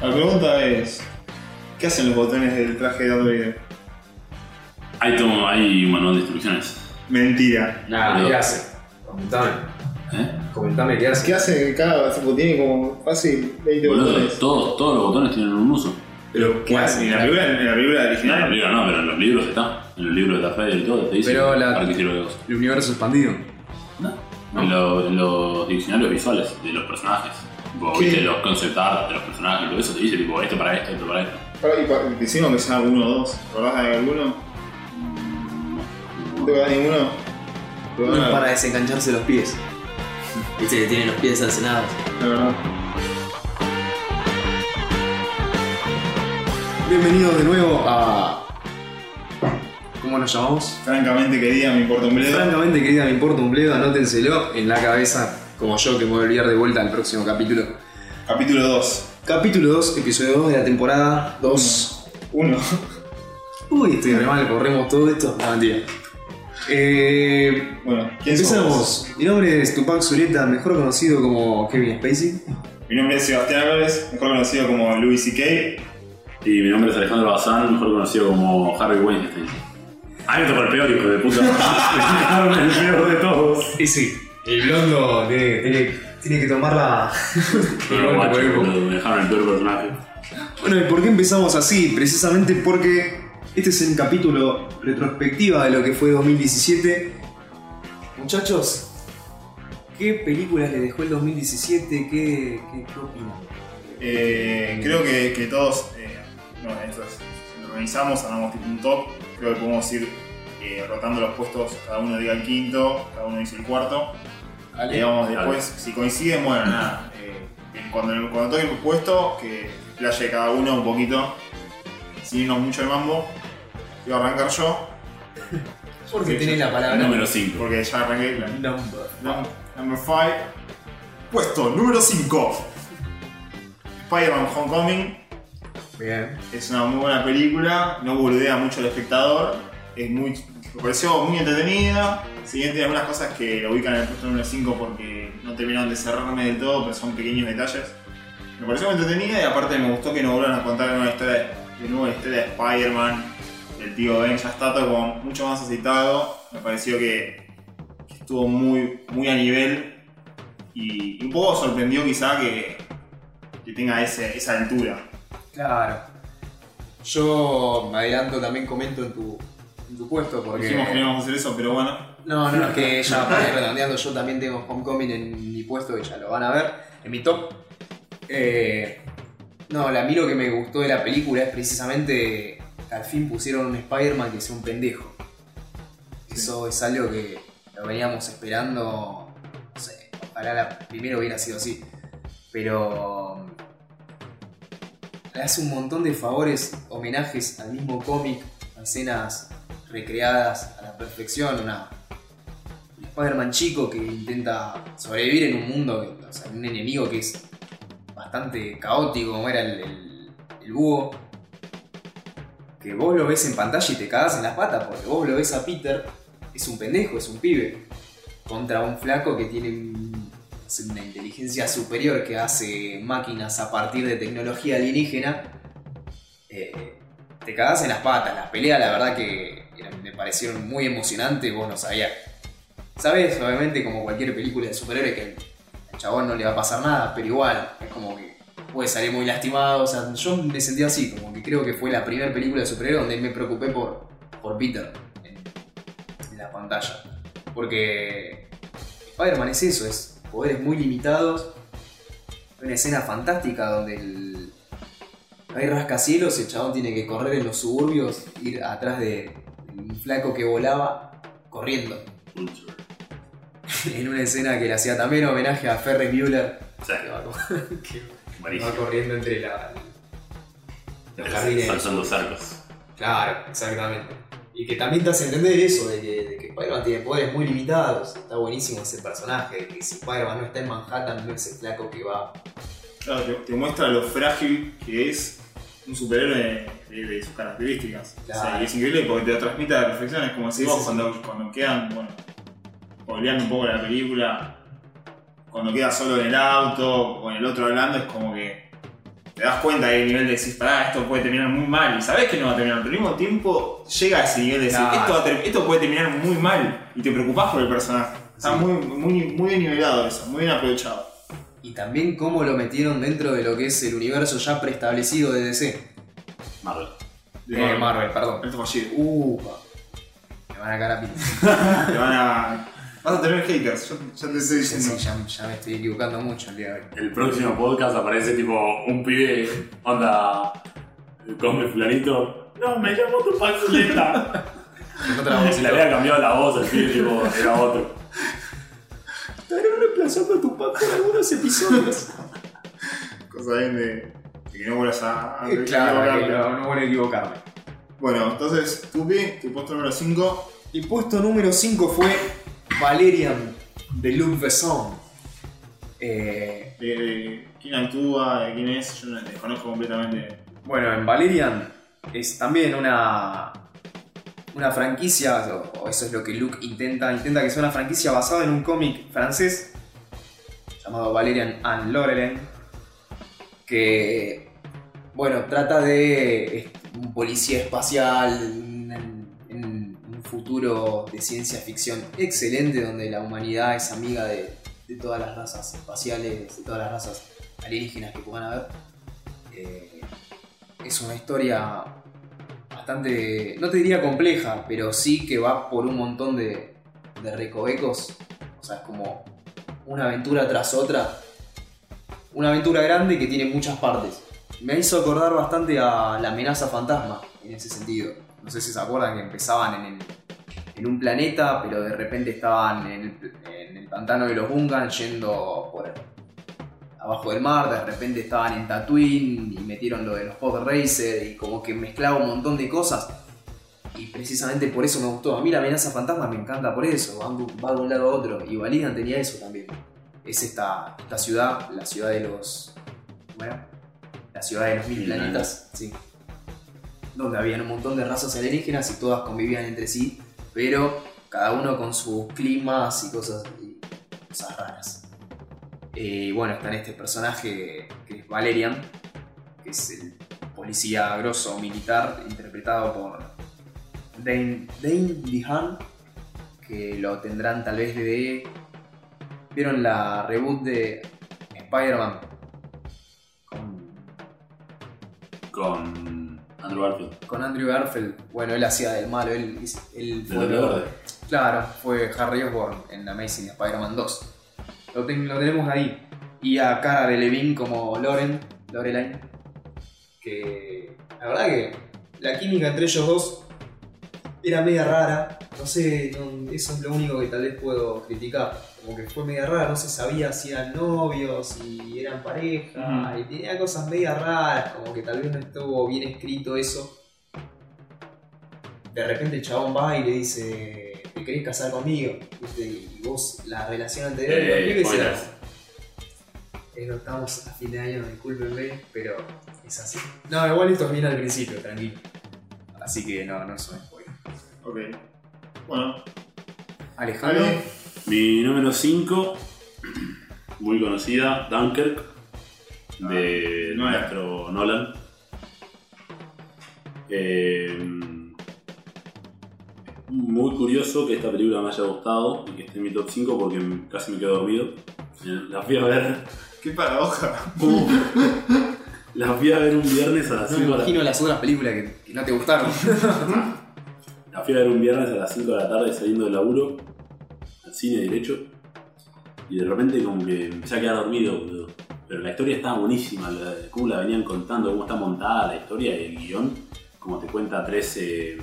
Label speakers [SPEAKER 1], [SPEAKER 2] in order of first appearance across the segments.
[SPEAKER 1] La pregunta es: ¿qué hacen los botones del traje de Darth Vader?
[SPEAKER 2] Hay, tomo, hay un manual de instrucciones.
[SPEAKER 1] Mentira.
[SPEAKER 3] Nada,
[SPEAKER 2] Boludo.
[SPEAKER 3] ¿qué hace? Comentame.
[SPEAKER 2] ¿Eh?
[SPEAKER 3] Comentame qué hace.
[SPEAKER 1] ¿Qué hace cada tipo? Tiene como fácil 20
[SPEAKER 2] Boludo,
[SPEAKER 1] botones.
[SPEAKER 2] todos, todos los botones tienen un uso.
[SPEAKER 1] Pero, ¿qué
[SPEAKER 3] ¿Cuál?
[SPEAKER 1] hace? Ah, ¿En la película, en la película
[SPEAKER 2] No, en los
[SPEAKER 1] original?
[SPEAKER 2] libros no, pero en los libros está. En los libros de la fe y todo, te dice
[SPEAKER 4] Pero la-
[SPEAKER 2] arquetipo de cosas.
[SPEAKER 4] El universo expandido.
[SPEAKER 2] No. En, lo- en los diccionarios visuales de los personajes. Tipo,
[SPEAKER 1] ¿Qué?
[SPEAKER 2] viste los concept art de los personajes y todo eso, te dice tipo esto para esto, esto para esto.
[SPEAKER 1] Pará, y pa- Decimos que sea uno o dos. ¿Te acordás de alguno? ¿No te acordás de ninguno?
[SPEAKER 4] No
[SPEAKER 1] Perdona,
[SPEAKER 4] para desengancharse los pies. Viste que tiene los pies alcenados.
[SPEAKER 1] la verdad.
[SPEAKER 4] Bienvenidos de nuevo a. ¿Cómo nos llamamos?
[SPEAKER 1] Francamente, quería, me importa un bledo.
[SPEAKER 4] Francamente, querida, me importa un bledo, anótenselo en la cabeza, como yo que me voy a olvidar de vuelta al próximo capítulo.
[SPEAKER 1] Capítulo 2.
[SPEAKER 4] Capítulo 2, episodio 2 de la temporada
[SPEAKER 1] Mm.
[SPEAKER 4] 2.
[SPEAKER 1] 1.
[SPEAKER 4] Uy, estoy re mal, corremos todo esto. No, mentira. Eh,
[SPEAKER 1] Bueno, ¿quién somos?
[SPEAKER 4] empezamos. Mi nombre es Tupac Zuleta, mejor conocido como Kevin Spacey.
[SPEAKER 1] Mi nombre es Sebastián Álvarez, mejor conocido como Louis C.K.
[SPEAKER 2] Y mi nombre es Alejandro Bazán, mejor conocido como Harry Weinstein. Ah, me tocó el peor, hijo de puta. Me tocaron el peor de todos.
[SPEAKER 4] Y sí, el blondo tiene, tiene- tiene que tomarla.
[SPEAKER 2] Pero macho, boludo, me dejaron el peor personaje.
[SPEAKER 4] Bueno, ¿y por qué empezamos así? Precisamente porque este es el capítulo retrospectiva de lo que fue 2017. Muchachos, ¿qué películas les dejó el 2017? ¿Qué, qué, qué opinan?
[SPEAKER 1] Eh, creo que, que todos, eh, bueno, eso es, si lo organizamos, armamos tipo un top. Creo que podemos ir eh, rotando los puestos, cada uno diga el quinto, cada uno dice el cuarto.
[SPEAKER 4] Ale.
[SPEAKER 1] Le vamos después, si coinciden, bueno, nada. eh, en- cuando, cuando toque el puesto, que playe cada uno un poquito, sin irnos mucho el mambo. Voy a arrancar yo,
[SPEAKER 4] Porque
[SPEAKER 1] Sí,
[SPEAKER 4] tenés
[SPEAKER 1] yo-
[SPEAKER 4] la palabra.
[SPEAKER 2] Número 5.
[SPEAKER 1] porque ya arranqué. claro.
[SPEAKER 4] Number.
[SPEAKER 1] Num- Number 5. Puesto número 5. Spider-Man Homecoming.
[SPEAKER 4] Bien.
[SPEAKER 1] Es una muy buena película, no boludea mucho al espectador, es muy, me pareció muy entretenida. Siguiente, hay algunas cosas que lo ubican en el puesto número 5 porque no terminaron de cerrarme del todo, pero son pequeños detalles. Me pareció muy entretenida y aparte me gustó que nos volvieran a contar una historia, de nuevo la historia de Spider-Man, del tío Ben, ya está todo como mucho más aceitado. Me pareció que estuvo muy, muy a nivel y, y un poco sorprendió quizá que, que tenga ese- esa altura.
[SPEAKER 4] Claro. Yo me adelanto, también comento en tu, en tu puesto porque.
[SPEAKER 1] Dijimos que no íbamos a hacer eso, pero bueno.
[SPEAKER 4] No, no, es que ya para ir redondeando, yo también tengo Homecoming en mi puesto que ya lo van a ver, en mi top. Eh, no, la miro que me gustó de la película es precisamente que al fin pusieron un Spider-Man que sea un pendejo. Eso es algo que lo veníamos esperando, no sé, ojalá la primero hubiera sido así. Pero mm, le hace un montón de favores, homenajes al mismo cómic, a escenas recreadas a la perfección, una un Spider-Man chico que intenta sobrevivir en un mundo, que- o sea, en un enemigo que es bastante caótico, como era el, el- el búho. Que vos lo ves en pantalla y te cagás en las patas, porque vos lo ves a Peter, es un pendejo, es un pibe, contra un flaco que tiene un- hace una inteligencia superior que hace máquinas a partir de tecnología alienígena. Eh, te cagás en las patas. Las peleas, la verdad que eran- me parecieron muy emocionantes, vos no sabías. Sabes, obviamente, como cualquier película de superhéroes, que al chabón no le va a pasar nada, pero igual, es como que puede salir muy lastimado. O sea, yo me sentí así, como que creo que fue la primera película de superhéroes donde me preocupé por, por Peter en, en la pantalla. Porque Spider-Man es eso, es poderes muy limitados. Una escena fantástica donde el, hay rascacielos, el chabón tiene que correr en los suburbios, ir atrás de un flaco que volaba, corriendo. En una escena que le hacía también homenaje a Ferry Bueller,
[SPEAKER 2] O sea,
[SPEAKER 4] que va, co- que va
[SPEAKER 2] buenísimo.
[SPEAKER 4] corriendo entre la, los jardines.
[SPEAKER 2] Saltando cercos.
[SPEAKER 4] Claro, exactamente. Y que también te hace entender eso, de que, de que Spider-Man tiene poderes muy limitados. Está buenísimo ese personaje, de que si Spider-Man no está en Manhattan, no es el flaco que va
[SPEAKER 1] Claro, te, te muestra lo frágil que es un superhéroe de, de- de sus características.
[SPEAKER 4] Claro.
[SPEAKER 1] O sea, y es increíble porque te lo transmite a la reflexión. Es como decís
[SPEAKER 4] Sí,
[SPEAKER 1] vos
[SPEAKER 4] sí,
[SPEAKER 1] cuando, cuando quedan, bueno, volviendo un poco la película, cuando queda solo en el auto, con el otro hablando, es como que te das cuenta del nivel de decir, pará, esto puede terminar muy mal. Y sabes que no va a terminar, pero al mismo tiempo llega a ese nivel de decir,
[SPEAKER 4] Claro.
[SPEAKER 1] esto, va a ter- esto puede terminar muy mal. Y te preocupás por el personaje. Está
[SPEAKER 4] Sí.
[SPEAKER 1] muy, muy, muy bien nivelado eso, muy bien aprovechado.
[SPEAKER 4] Y también cómo lo metieron dentro de lo que es el universo ya preestablecido de DC.
[SPEAKER 2] Marvel. Eh,
[SPEAKER 4] De Marvel, perdón.
[SPEAKER 1] Esto fue allí.
[SPEAKER 4] Upa. Me van a cagar a pin.
[SPEAKER 1] uh, Te van a. Vas a tener haters, yo, ya te estoy
[SPEAKER 4] Sí,
[SPEAKER 1] diciendo.
[SPEAKER 4] sí, ya, ya me estoy equivocando mucho el día de hoy.
[SPEAKER 2] El próximo podcast aparece tipo un pibe, onda, come fulanito. No, me llamó tu panzuleta.
[SPEAKER 4] Nosotros
[SPEAKER 2] Si le había cambiado la voz, el pibe tipo, era otro.
[SPEAKER 1] Estaré reemplazando a tu papá en algunos episodios. Cosa bien de, de que no vuelvas a. a-
[SPEAKER 2] Eh,
[SPEAKER 4] vamos-
[SPEAKER 1] a-
[SPEAKER 4] Claro, que no, no voy a equivocarme.
[SPEAKER 1] Bueno, entonces, Tupi, tu puesto número 5.
[SPEAKER 4] Y puesto número 5 fue Valerian de Luc Besson. Eh,
[SPEAKER 1] De, de quién actúa, de quién es, yo no desconozco completamente.
[SPEAKER 4] bueno, en Valerian es también una, una franquicia, o, o eso es lo que Luke intenta, intenta que sea una franquicia basada en un cómic francés llamado Valerian and Lorelei, que, bueno, trata de es, un policía espacial en, en un futuro de ciencia ficción excelente donde la humanidad es amiga de, de todas las razas espaciales, de todas las razas alienígenas que puedan haber. Eh, es una historia bastante, no te diría compleja, pero sí que va por un montón de, de recovecos. O sea, es como una aventura tras otra. Una aventura grande que tiene muchas partes. Me hizo acordar bastante a la amenaza fantasma en ese sentido. No sé si se acuerdan que empezaban en, el- en un planeta, pero de repente estaban en el, pl- en el pantano de los Bungan yendo por abajo del mar, de repente estaban en Tatooine y metieron lo de los Pod Racer y como que mezclaba un montón de cosas. Y precisamente por eso me gustó. A mí la amenaza fantasma me encanta por eso, va, de- va de un lado a otro. Y Validan tenía eso también. Es esta, esta ciudad, la ciudad de los. Bueno, la ciudad de los mil
[SPEAKER 2] Mil
[SPEAKER 4] planetas, sí. Donde habían un montón de razas alienígenas y todas convivían entre sí, pero cada uno con sus climas y cosas, y cosas raras. Eh, Y bueno, está en este personaje que es Valerian, que es el policía grosso militar interpretado por Dane, Dane DeHaan, que lo tendrán tal vez de... ¿Vieron la reboot de Spider-Man? Con,
[SPEAKER 2] Con Andrew Garfield.
[SPEAKER 4] con Andrew Garfield. Bueno, él hacía del malo, él, él
[SPEAKER 2] De lo
[SPEAKER 4] fue...
[SPEAKER 2] peor.
[SPEAKER 4] Claro, fue Harry Osborn en Amazing Spider-Man 2. Lo, ten- lo tenemos ahí. Y a Cara de Levine como Loren, Lorelai. Que la verdad que la química entre ellos dos era media rara. No sé, no- eso es lo único que tal vez puedo criticar. Como que fue media rara, no se sabía si eran novios, si eran pareja. Y tenía cosas media raras, como que tal vez no estuvo bien escrito eso. De repente el chabón va y le dice, ¿te querés casar conmigo? ¿Viste? Y vos, la relación anterior,
[SPEAKER 2] Eh,
[SPEAKER 4] los pibes
[SPEAKER 2] spoilers.
[SPEAKER 4] eran- eh, no estamos a fin de año, discúlpenme, pero es así. No, igual esto es bien al principio, tranquilo. Así que no, no es un spoiler.
[SPEAKER 1] Ok. Bueno,
[SPEAKER 4] Alejandro.
[SPEAKER 1] Ale,
[SPEAKER 2] Mi número 5, muy conocida, Dunkirk, de
[SPEAKER 1] Ah, no era.
[SPEAKER 2] nuestro Nolan. Eh, muy curioso que esta película me haya gustado y que esté en mi top 5 porque m- casi me quedo dormido. Eh, La fui a ver.
[SPEAKER 1] qué paradoja.
[SPEAKER 2] la fui a ver un viernes a las
[SPEAKER 4] No
[SPEAKER 2] 5
[SPEAKER 4] me
[SPEAKER 2] de la
[SPEAKER 4] imagino las otras películas que, que no te gustaron.
[SPEAKER 2] La fui a ver un viernes a las 5 de la tarde saliendo del laburo, al cine derecho, y de repente como que empecé a quedar dormido, boludo. Pero la historia estaba buenísima, la, cómo la venían contando, cómo está montada la historia y el guión, como te cuenta tres eh,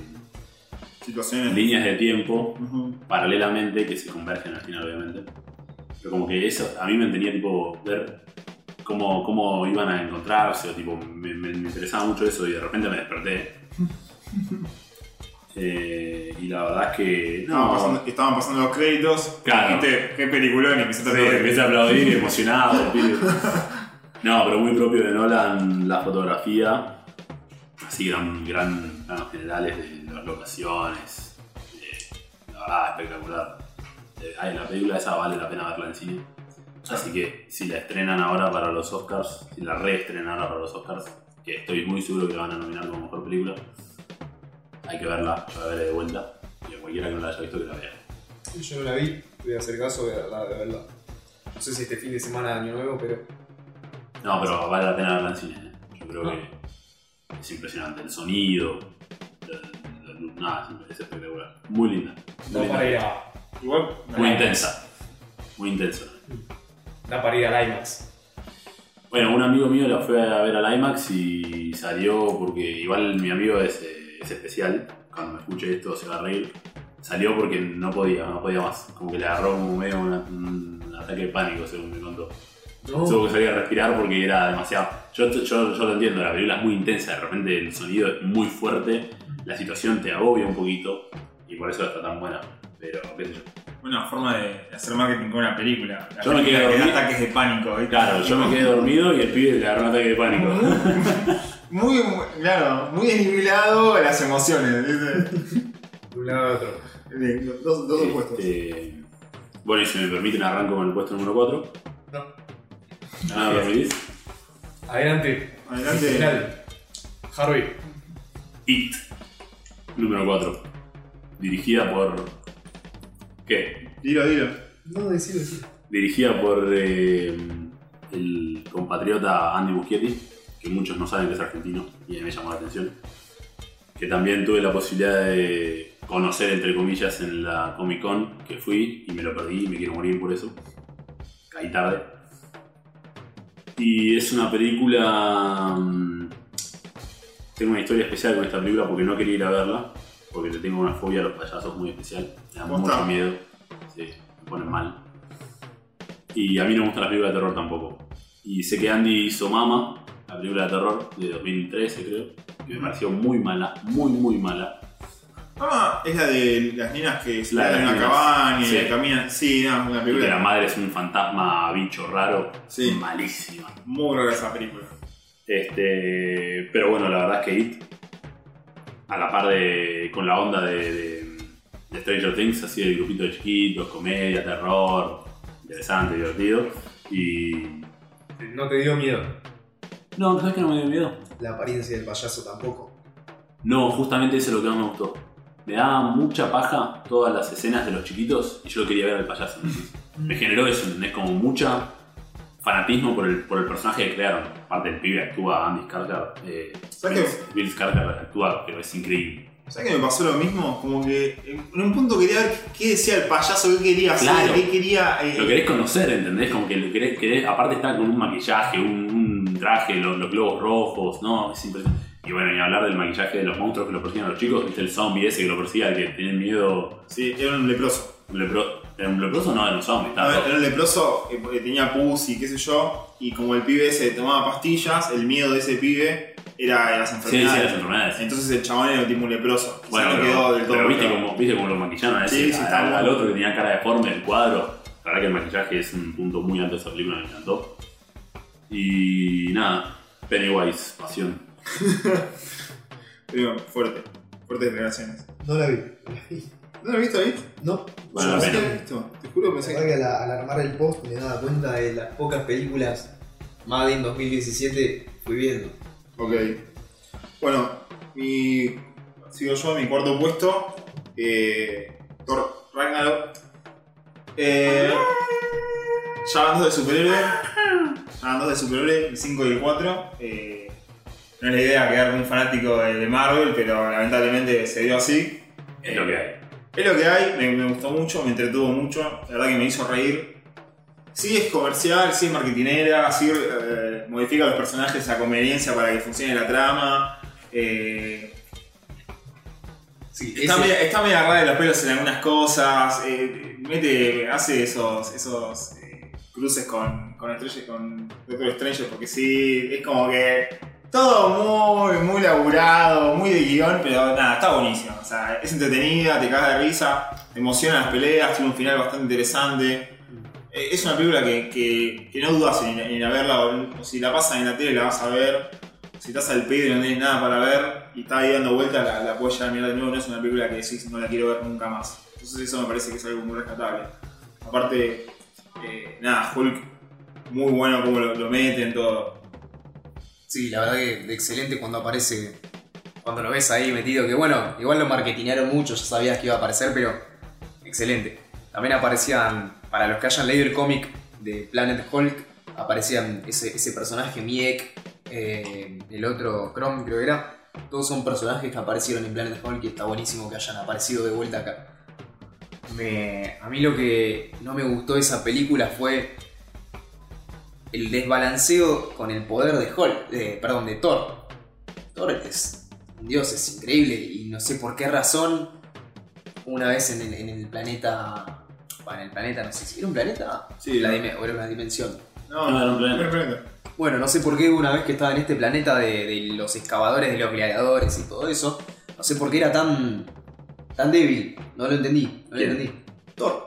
[SPEAKER 1] Situaciones.
[SPEAKER 2] líneas de tiempo
[SPEAKER 1] Ujú.
[SPEAKER 2] paralelamente que se convergen al final, obviamente. Pero como que eso a mí me tenía tipo ver cómo, cómo iban a encontrarse, o tipo, me, me- me interesaba mucho eso y de repente me desperté. Eh, y la verdad es que.
[SPEAKER 1] Estaban,
[SPEAKER 2] No,
[SPEAKER 1] pasando, estaban pasando los créditos.
[SPEAKER 2] Claro.
[SPEAKER 1] Viste, qué peliculón y empezaste a
[SPEAKER 2] Sí,
[SPEAKER 1] aplaudir.
[SPEAKER 2] empecé a aplaudir emocionado. el pibe. No, pero muy propio de Nolan la fotografía. Así gran, gran planos generales de las locaciones. Eh, la verdad, espectacular. Eh, ay, la película esa vale la pena verla en cine. Así que si la estrenan ahora para los Oscars, si la reestrenan ahora para los Oscars, que estoy muy seguro que la van a nominar como mejor película, hay que verla, yo la veré de vuelta. Y a cualquiera que no la haya visto que la vea.
[SPEAKER 3] Yo no la vi, voy a hacer caso de la de verdad. No sé si este fin de semana de año nuevo, pero.
[SPEAKER 2] No, pero vale la pena verla en cine. ¿eh? Yo
[SPEAKER 3] Ah.
[SPEAKER 2] creo que es impresionante. El sonido, la- la luz, nada, es- es espectacular. Muy linda. Muy,
[SPEAKER 3] Da
[SPEAKER 2] linda.
[SPEAKER 3] para ir a.
[SPEAKER 1] Igual, nada.
[SPEAKER 2] Muy intensa. Muy intensa.
[SPEAKER 3] Da para ir al IMAX.
[SPEAKER 2] Bueno, un amigo mío la fue a ver al IMAX y salió porque igual mi amigo es, eh, es especial, cuando me escuche esto se va a reír. Salió porque no podía, no podía más. Como que le agarró como medio una- un ataque de pánico, según me contó. Tuvo que salir a respirar porque era demasiado. Yo, yo, yo lo entiendo, la película es muy intensa, de repente el sonido es muy fuerte, la situación te agobia un poquito y por eso está tan buena. Pero, qué sé yo.
[SPEAKER 1] Una forma de hacer marketing con una película. La
[SPEAKER 2] Yo me
[SPEAKER 1] película
[SPEAKER 2] quedé
[SPEAKER 1] que da
[SPEAKER 2] dormido.
[SPEAKER 1] ataques de pánico, ¿viste?
[SPEAKER 2] Claro, yo me quedé dormido y el pibe le agarró un ataque de pánico.
[SPEAKER 1] Muy, muy- claro, muy desnivelado a las emociones, ¿viste?
[SPEAKER 3] De un lado a otro.
[SPEAKER 1] Bien, Dos, dos opuestos.
[SPEAKER 2] Este, bueno, y si me permiten, arranco con el puesto número 4.
[SPEAKER 3] No.
[SPEAKER 2] ¿No me permitís?
[SPEAKER 3] Adelante.
[SPEAKER 1] Adelante.
[SPEAKER 3] Final. Harvey.
[SPEAKER 2] It. Número 4. Dirigida por. ¿Qué?
[SPEAKER 1] Dilo, dilo.
[SPEAKER 3] No, decirlo así.
[SPEAKER 2] Dirigida por eh, el compatriota Andy Muschietti, que muchos no saben que es argentino y a mí me llamó la atención. Que también tuve la posibilidad de conocer, entre comillas, en la Comic Con que fui y me lo perdí y me quiero morir por eso. Caí tarde. Y es una película. mm, Tengo una historia especial con esta película porque no quería ir a verla. Porque le tengo una fobia a los payasos muy especial. Me dan
[SPEAKER 1] ¿Posta?
[SPEAKER 2] mucho miedo. Sí, me ponen mal. Y a mí no me gusta la película de terror tampoco. Y sé que Andy hizo Mama, la película de terror de 2013, creo. Y me pareció muy mala, muy, muy mala.
[SPEAKER 1] Ah, es la de las niñas que se
[SPEAKER 2] La de
[SPEAKER 1] quedan en
[SPEAKER 2] las
[SPEAKER 1] una
[SPEAKER 2] nenas.
[SPEAKER 1] cabaña y
[SPEAKER 2] Sí.
[SPEAKER 1] caminan. Sí, no, una
[SPEAKER 2] Y que la
[SPEAKER 1] película
[SPEAKER 2] madre es un fantasma bicho raro.
[SPEAKER 1] Sí.
[SPEAKER 2] Malísima.
[SPEAKER 1] muy rara esa película.
[SPEAKER 2] Este, pero bueno, la verdad es que It, a la par de, con la onda de, de- de Stranger Things, así el grupito de chiquitos, comedia, terror, interesante, divertido. Y.
[SPEAKER 3] No te dio miedo.
[SPEAKER 2] No, ¿sabes que no me dio miedo?
[SPEAKER 3] La apariencia del payaso tampoco.
[SPEAKER 2] No, justamente eso es lo que más me gustó. Me daba mucha paja todas las escenas de los chiquitos y yo quería ver al payaso. ¿entendés? me generó eso, ¿entendés? Como mucha fanatismo por el, por el personaje que crearon. Aparte, el pibe actúa Andy Skarsgård. Eh,
[SPEAKER 1] ¿Sabes qué?
[SPEAKER 2] Bill- Bill Skarsgård actúa, pero es increíble.
[SPEAKER 1] ¿Sabes que me pasó lo mismo? Como que en un punto quería ver qué decía el payaso, qué quería hacer,
[SPEAKER 2] Claro.
[SPEAKER 1] qué quería. eh,
[SPEAKER 2] Lo querés conocer, ¿entendés? Como que lo querés, querés- Aparte está con un maquillaje, un, un traje, los, los globos rojos, ¿no? Es impresionante. Y bueno, ni hablar del maquillaje de los monstruos que lo persiguen a los chicos, ¿viste? El zombie ese que lo persigue al que tiene miedo...
[SPEAKER 1] Sí, era un leproso.
[SPEAKER 2] Un lepro- Era un leproso, no, era un zombie,
[SPEAKER 1] A
[SPEAKER 2] estaba
[SPEAKER 1] ver,
[SPEAKER 2] todo.
[SPEAKER 1] era un leproso eh, porque tenía pus y qué sé yo. Y como el pibe ese tomaba pastillas, el miedo de ese pibe era de las
[SPEAKER 2] Sí, sí,
[SPEAKER 1] enfermedades.
[SPEAKER 2] las enfermedades.
[SPEAKER 1] Entonces el chabón era tipo un leproso. O sea,
[SPEAKER 2] bueno,
[SPEAKER 1] no quedó
[SPEAKER 2] pero,
[SPEAKER 1] del todo.
[SPEAKER 2] pero viste,
[SPEAKER 1] claro.
[SPEAKER 2] como, viste como lo maquillaron a ese,
[SPEAKER 1] Sí, sí,
[SPEAKER 2] a-
[SPEAKER 1] está
[SPEAKER 2] al,
[SPEAKER 1] bueno.
[SPEAKER 2] al otro que tenía cara deforme, el cuadro. La verdad que el maquillaje es un punto muy alto de esa película, me encantó. Y nada, Pennywise, pasión.
[SPEAKER 1] Pero fuerte. Fuertes declaraciones.
[SPEAKER 5] No la vi.
[SPEAKER 1] ¿No lo has visto, David?
[SPEAKER 5] No,
[SPEAKER 2] Vale la
[SPEAKER 1] Yo pensé que
[SPEAKER 2] pena.
[SPEAKER 1] lo había visto. Te juro que
[SPEAKER 5] la
[SPEAKER 1] pensé
[SPEAKER 5] verdad
[SPEAKER 1] que.
[SPEAKER 5] que al, al armar el post me daba cuenta de las pocas películas Madden 2017 fui viendo.
[SPEAKER 1] Ok. Bueno, mi. Sigo yo, mi cuarto puesto. Eh, Thor Ragnarok. Eh, ya van dos de superhéroe. Ya van dos de superhéroe, el 5 y el 4. Eh, no es la idea quedar como un fanático de de Marvel, pero lamentablemente se dio así. Eh,
[SPEAKER 2] Es lo que hay.
[SPEAKER 1] Es lo que hay, me, me gustó mucho, me entretuvo mucho, la verdad que me hizo reír. Sí es comercial, sí es marketinera, sí eh, modifica los personajes a conveniencia para que funcione la trama. eh,
[SPEAKER 5] Sí,
[SPEAKER 1] está,
[SPEAKER 5] ese-
[SPEAKER 1] media, está media rara de los pelos en algunas cosas, eh, mete, hace esos, esos eh, cruces con, con estrellas, con Doctor Strange porque sí, es como que todo muy, muy laburado, muy de guión, pero nada, está buenísimo. O sea, es entretenida, te caga de risa, te emocionan las peleas, tiene un final bastante interesante. Eh, Es una película que, que- que no dudas en, en ir a verla, o, o si la pasan en la tele la vas a ver. Si estás al pedo y no tenés nada para ver y estás ahí dando vueltas, la, la puedes llegar a mirar de nuevo. No es una película que decís no la quiero ver nunca más. Entonces, eso me parece que es algo muy rescatable. Aparte, eh, nada, Hulk muy bueno como lo, lo meten, todo.
[SPEAKER 4] Sí, la verdad que excelente cuando aparece, cuando lo ves ahí metido, que bueno, igual lo marketinearon mucho, ya sabías que iba a aparecer, pero excelente. También aparecían, para los que hayan leído el cómic de Planet Hulk, aparecían ese, ese personaje Miek, eh, el otro Chrome creo que era. Todos son personajes que aparecieron en Planet Hulk y está buenísimo que hayan aparecido de vuelta acá. Me- a mí lo que no me gustó de esa película fue el desbalanceo con el poder de Hulk, de- perdón, de Thor. Thor es un dios, es increíble y no sé por qué razón una vez en el, en el planeta, bueno, en el planeta, no sé si era un planeta
[SPEAKER 2] Sí,
[SPEAKER 4] La dime- o era una dimensión.
[SPEAKER 1] No,
[SPEAKER 2] No, era un planeta.
[SPEAKER 1] pero- pero-
[SPEAKER 4] Bueno, no sé por qué una vez que estaba en este planeta de, de los excavadores, de los gladiadores y todo eso, no sé por qué era tan, tan débil, no lo entendí, no lo
[SPEAKER 2] ¿Quién?
[SPEAKER 4] entendí. Thor,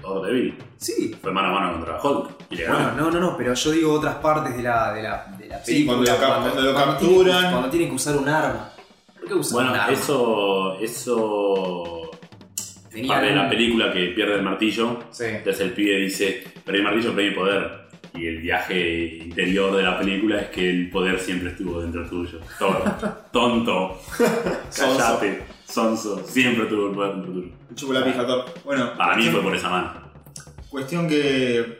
[SPEAKER 2] Thor Devil.
[SPEAKER 4] sí,
[SPEAKER 2] Fue mano a mano contra Hulk. Y le ganó.
[SPEAKER 4] Bueno, no, no, no, pero yo digo otras partes de la, de la, de la
[SPEAKER 1] Sí,
[SPEAKER 4] película.
[SPEAKER 1] cuando lo cap- cuando lo
[SPEAKER 4] tiene que-
[SPEAKER 1] capturan.
[SPEAKER 4] cuando tienen que usar un arma. ¿Por qué usan
[SPEAKER 2] Bueno,
[SPEAKER 4] un arma?
[SPEAKER 2] eso. Eso.
[SPEAKER 4] Tenía
[SPEAKER 2] Parte de la
[SPEAKER 4] un-
[SPEAKER 2] película que pierde el martillo.
[SPEAKER 4] Sí.
[SPEAKER 2] Entonces el pibe dice: Perdí el martillo, perdí mi poder. Y el viaje interior de la película es que el poder siempre estuvo dentro tuyo. Thor, tonto,
[SPEAKER 1] Sonso.
[SPEAKER 2] callate, sonso, siempre tuvo el poder dentro tuyo.
[SPEAKER 1] Me chupo la pija, Thor. Bueno,
[SPEAKER 2] Para Ah, mí fue por esa mano.
[SPEAKER 1] cuestión que,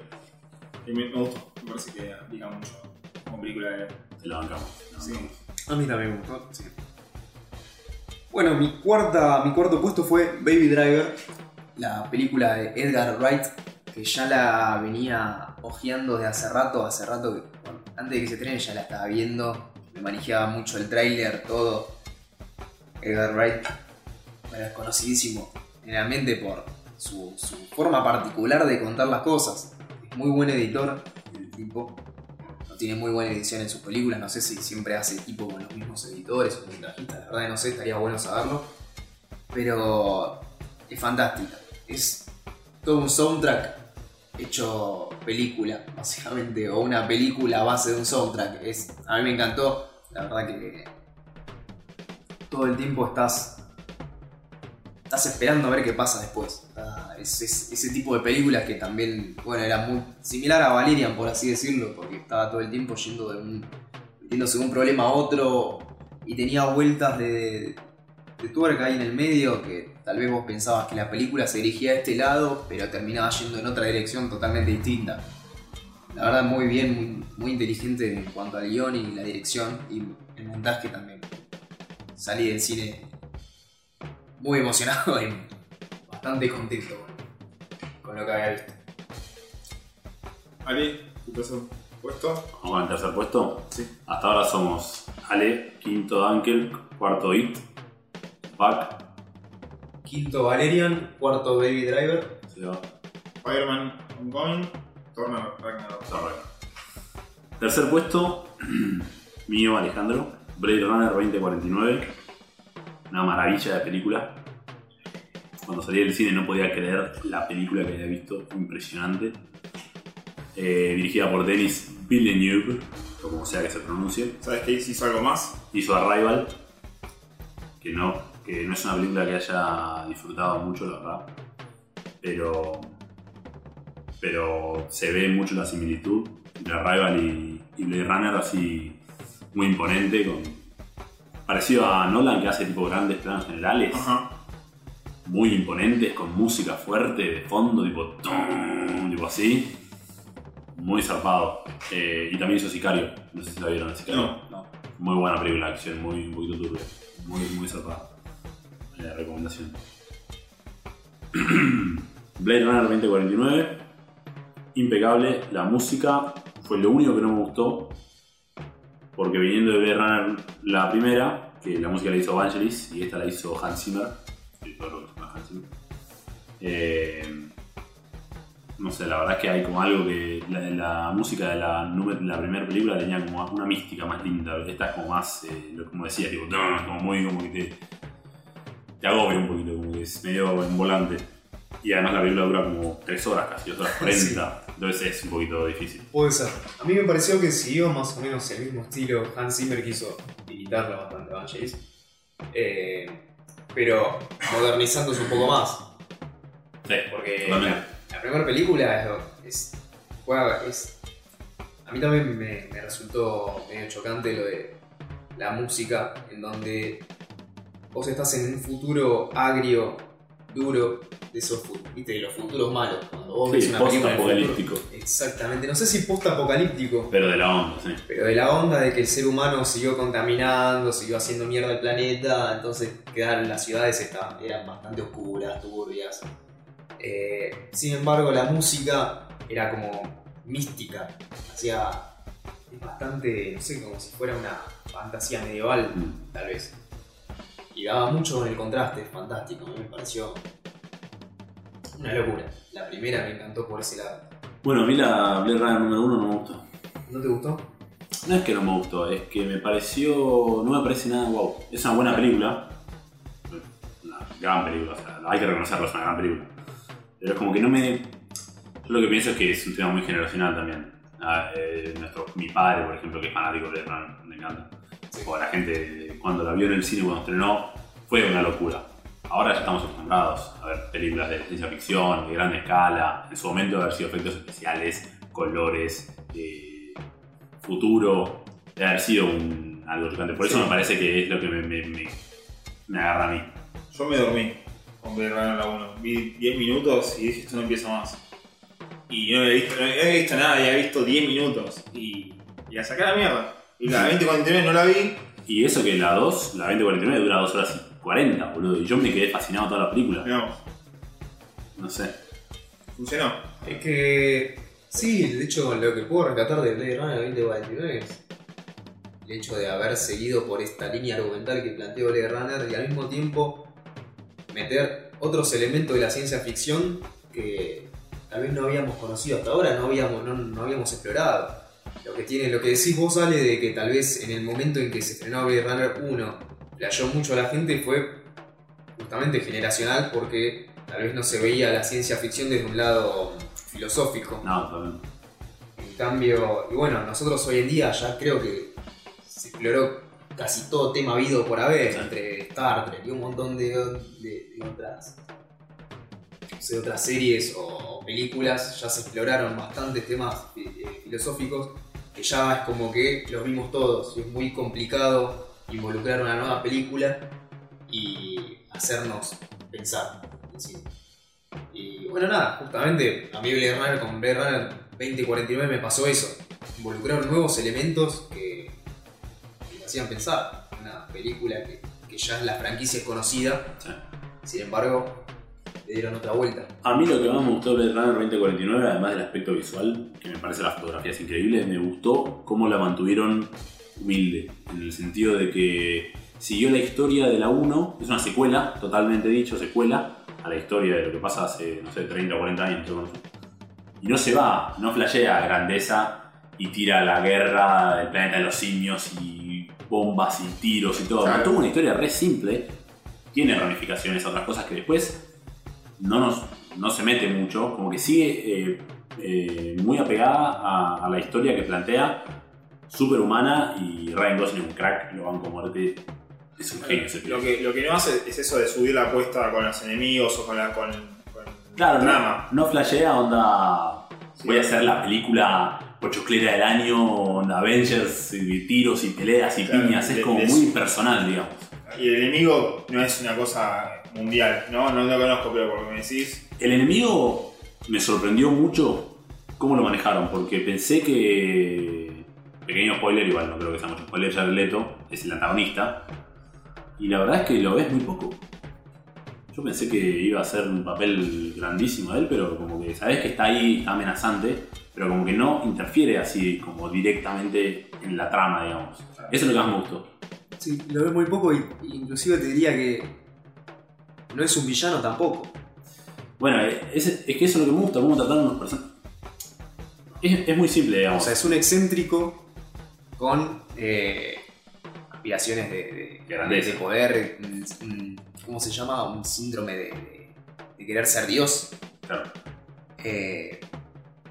[SPEAKER 1] que me, me gustó. Me parece que aplica mucho como película de...
[SPEAKER 2] Se la bancamos. ¿no?
[SPEAKER 1] Sí.
[SPEAKER 4] A mí también me gustó. sí. Bueno, mi, cuarta, mi cuarto puesto fue Baby Driver, la película de Edgar Wright, que ya la venía hojeando de hace rato, hace rato, que, bueno, antes de que se estrene ya la estaba viendo, me manejaba mucho el tráiler, todo. Edgar Wright, bueno, es conocidísimo generalmente por su, su forma particular de contar las cosas. Es muy buen editor, el tipo no tiene muy buena edición en sus películas, no sé si siempre hace equipo con los mismos editores o montajistas, la verdad que no sé, estaría bueno saberlo. Pero es fantástica, es todo un soundtrack hecho película, básicamente, o una película a base de un soundtrack. Es, a mí me encantó, la verdad que todo el tiempo estás... Estás esperando a ver qué pasa después. Ah, es- es- ese tipo de películas que también, bueno, era muy similar a Valerian, por así decirlo, porque estaba todo el tiempo yendo de un, metiéndose de un problema a otro y tenía vueltas de, de tuerca ahí en el medio que tal vez vos pensabas que la película se dirigía a este lado, pero terminaba yendo en otra dirección totalmente distinta. La verdad, muy bien, muy, muy inteligente en cuanto al guión y la dirección y el montaje también. Salí del cine muy emocionado y bastante contento con- con lo que había visto.
[SPEAKER 1] Ale, tu tercer puesto.
[SPEAKER 2] Vamos con el tercer puesto.
[SPEAKER 1] Sí.
[SPEAKER 2] Hasta ahora somos Ale, quinto Dunkel, cuarto It, Pac,
[SPEAKER 5] Quinto Valerian, cuarto Baby Driver.
[SPEAKER 2] Seba,
[SPEAKER 1] Spider-Man Homecoming, Thor Ragnarok.
[SPEAKER 2] Torre. Tercer puesto, mío Alejandro, Blade Runner 2049. Una maravilla de película. Cuando salí del cine no podía creer la película que había visto, impresionante. Eh, dirigida por Denis Villeneuve, o como sea que se pronuncie.
[SPEAKER 1] ¿Sabes qué? Si hizo algo más,
[SPEAKER 2] hizo Arrival, que no, que no es una película que haya disfrutado mucho, la verdad. Pero, pero se ve mucho la similitud entre Arrival y, y Blade Runner, así muy imponente, con, parecido a Nolan que hace tipo grandes planos generales,
[SPEAKER 1] Ajá.
[SPEAKER 2] muy imponentes, con música fuerte de fondo, tipo, tum, tipo así. Muy zarpado. Eh, y también hizo Sicario. No sé si la vieron, Sicario.
[SPEAKER 1] No.
[SPEAKER 2] Muy buena película de acción, muy un poquito turbia. Muy, muy zarpada. Eh, recomendación. Blade Runner 2049. Impecable. La música fue lo único que no me gustó. Porque viniendo de Blade Runner la primera, que la música la hizo Vangelis y esta la hizo Hans Zimmer. que todo lo que se llama Hans Zimmer. Eh, no sé, la verdad es que hay como algo que la, la música de la, nume- la primera película tenía como una mística más linda. Esta es como más, eh, lo- como decía, tipo, "Dun", como muy como que te, te agobia un poquito, como que es medio en volante. Y además la película dura como 3 horas casi, 2 horas 40. Entonces es un poquito difícil.
[SPEAKER 3] Puede ser. A mí me pareció que siguió más o menos el mismo estilo. Hans Zimmer quiso imitarlo bastante a Vangelis. Eh, pero modernizándose un poco más.
[SPEAKER 2] Sí,
[SPEAKER 3] Porque
[SPEAKER 2] totalmente.
[SPEAKER 3] la, primera película es, es- juega- es A mí también me, me resultó medio chocante lo de la música, en donde vos estás en un futuro agrio, duro, de esos, fu- viste, de los futuros malos. Cuando vos ves
[SPEAKER 2] Sí,
[SPEAKER 3] una
[SPEAKER 2] post
[SPEAKER 3] película en el futuro-
[SPEAKER 2] apocalíptico.
[SPEAKER 3] Exactamente, no sé si post apocalíptico,
[SPEAKER 2] Pero de la onda, sí.
[SPEAKER 3] pero de la onda de que el ser humano siguió contaminando, siguió haciendo mierda el planeta, entonces quedaron las ciudades estaban, eran bastante oscuras, turbias. Eh, sin embargo, la música era como mística, hacía bastante, no sé, como si fuera una fantasía medieval,
[SPEAKER 2] Mm.
[SPEAKER 3] tal vez. Y daba mucho con el contraste, fantástico, a mí me pareció una locura. La primera me encantó por ese lado.
[SPEAKER 2] Bueno, a mí la Blade Runner número uno no me gustó.
[SPEAKER 3] ¿No te gustó?
[SPEAKER 2] No es que no me gustó, es que me pareció. No me parece nada wow. Es una buena película. Una gran película, o sea, hay que reconocerlo, es una gran película. Pero es como que no me. Yo lo que pienso es que es un tema muy generacional también. Ah, eh, nuestro, mi padre, por ejemplo, que es fanático de Blade Runner, me encanta. O la gente, cuando la vio en el cine, cuando estrenó, fue una locura. Ahora ya estamos acostumbrados a ver películas de ciencia ficción, de gran escala. En su momento de haber sido efectos especiales, colores, eh, futuro, de haber sido un, algo chocante. Por eso
[SPEAKER 1] Sí.
[SPEAKER 2] me parece que es lo que me, me- me- me agarra a mí.
[SPEAKER 1] Yo me dormí con Blade Runner la 1. Vi 10 minutos y dije, esto no empieza más. Y no había visto, no había visto nada, había visto 10 minutos. Y, y la saqué a la mierda. Y la 2049 no la vi.
[SPEAKER 2] Y eso que la 2, la 2049, dura 2 horas y 40, boludo. Y yo me quedé fascinado toda la película.
[SPEAKER 1] Digamos,
[SPEAKER 2] No sé.
[SPEAKER 1] funcionó.
[SPEAKER 3] Es que.
[SPEAKER 4] Sí, de hecho, lo que puedo rescatar de Blade Runner 2049 es el hecho de haber seguido por esta línea argumental que planteó Blade Runner y al mismo tiempo meter otros elementos de la ciencia ficción que tal vez no habíamos conocido hasta ahora, no habíamos, no, no habíamos explorado. Lo que, tiene, lo que decís vos sale de que tal vez en el momento en que se estrenó Blade Runner 1 playó mucho a la gente fue justamente generacional porque tal vez no se veía la ciencia ficción desde un lado filosófico.
[SPEAKER 2] No, también.
[SPEAKER 4] En cambio, y bueno, nosotros hoy en día ya creo que se exploró casi todo tema habido por haber,
[SPEAKER 2] Sí.
[SPEAKER 4] entre Star Trek y un montón de, de- de otras, no sé, otras series o películas, ya se exploraron bastantes temas eh, filosóficos que ya es como que los vimos todos, y es muy complicado involucrar una nueva película y hacernos pensar. encima. Y bueno, nada, justamente a mí Blade Runner con Blade Runner 2049 me pasó eso. Involucraron nuevos elementos que, que me hacían pensar. Una película que, que ya la franquicia es conocida,
[SPEAKER 2] Sí.
[SPEAKER 4] sin embargo, le dieron otra vuelta.
[SPEAKER 2] A mí lo que más me gustó de Blade Runner 2049, además del aspecto visual, que me parece la fotografía es increíble, me gustó cómo la mantuvieron humilde, en el sentido de que siguió la historia de la 1, es una secuela, totalmente dicho, secuela, a la historia de lo que pasa hace, no sé, 30 o 40 años. yo no sé. Y no se va, no flashea a grandeza y tira la guerra del planeta de los simios y bombas y tiros y todo.
[SPEAKER 1] Claro.
[SPEAKER 2] Tuvo una historia re simple, tiene ramificaciones a otras cosas que después no, nos, no se mete mucho, como que sigue eh, eh, muy apegada a, a la historia que plantea, superhumana y Ryan Gosling, un crack, lo banco a muerte, es un genio ese pibe.
[SPEAKER 1] Lo que, lo que no hace es eso de subir la apuesta con los enemigos o con la con, con
[SPEAKER 2] Claro,
[SPEAKER 1] el
[SPEAKER 2] no-
[SPEAKER 1] drama.
[SPEAKER 2] No, flashea onda.
[SPEAKER 1] Sí.
[SPEAKER 2] Voy a hacer la película pochoclera del año, onda Avengers, y tiros y peleas y
[SPEAKER 1] Claro,
[SPEAKER 2] piñas. Es
[SPEAKER 1] de-
[SPEAKER 2] como
[SPEAKER 1] de-
[SPEAKER 2] muy personal, digamos.
[SPEAKER 1] Y el enemigo no es una cosa mundial, ¿no? No lo conozco, pero por lo que me decís,
[SPEAKER 2] El enemigo me sorprendió mucho cómo lo manejaron, porque pensé que. Pequeño spoiler, igual no creo que sea mucho spoiler, ya Leto es el antagonista. Y la verdad es que lo ves muy poco. Yo pensé que iba a ser un papel grandísimo de él, pero como que sabes que está ahí, está amenazante, pero como que no interfiere así, como directamente en la trama, digamos. Eso es lo que más me gustó.
[SPEAKER 4] Sí, lo ves muy poco y inclusive te diría que no es un villano tampoco.
[SPEAKER 2] Bueno, es, es que eso es lo que me gusta, cómo trataron los personajes. Es, es muy simple,
[SPEAKER 4] O
[SPEAKER 2] digamos.
[SPEAKER 4] sea, es un excéntrico con eh, aspiraciones de, de-
[SPEAKER 2] De grandeza.
[SPEAKER 4] de poder, mm, mm, ¿cómo se llama? Un síndrome de, de- de querer ser Dios.
[SPEAKER 2] Claro.
[SPEAKER 4] Eh,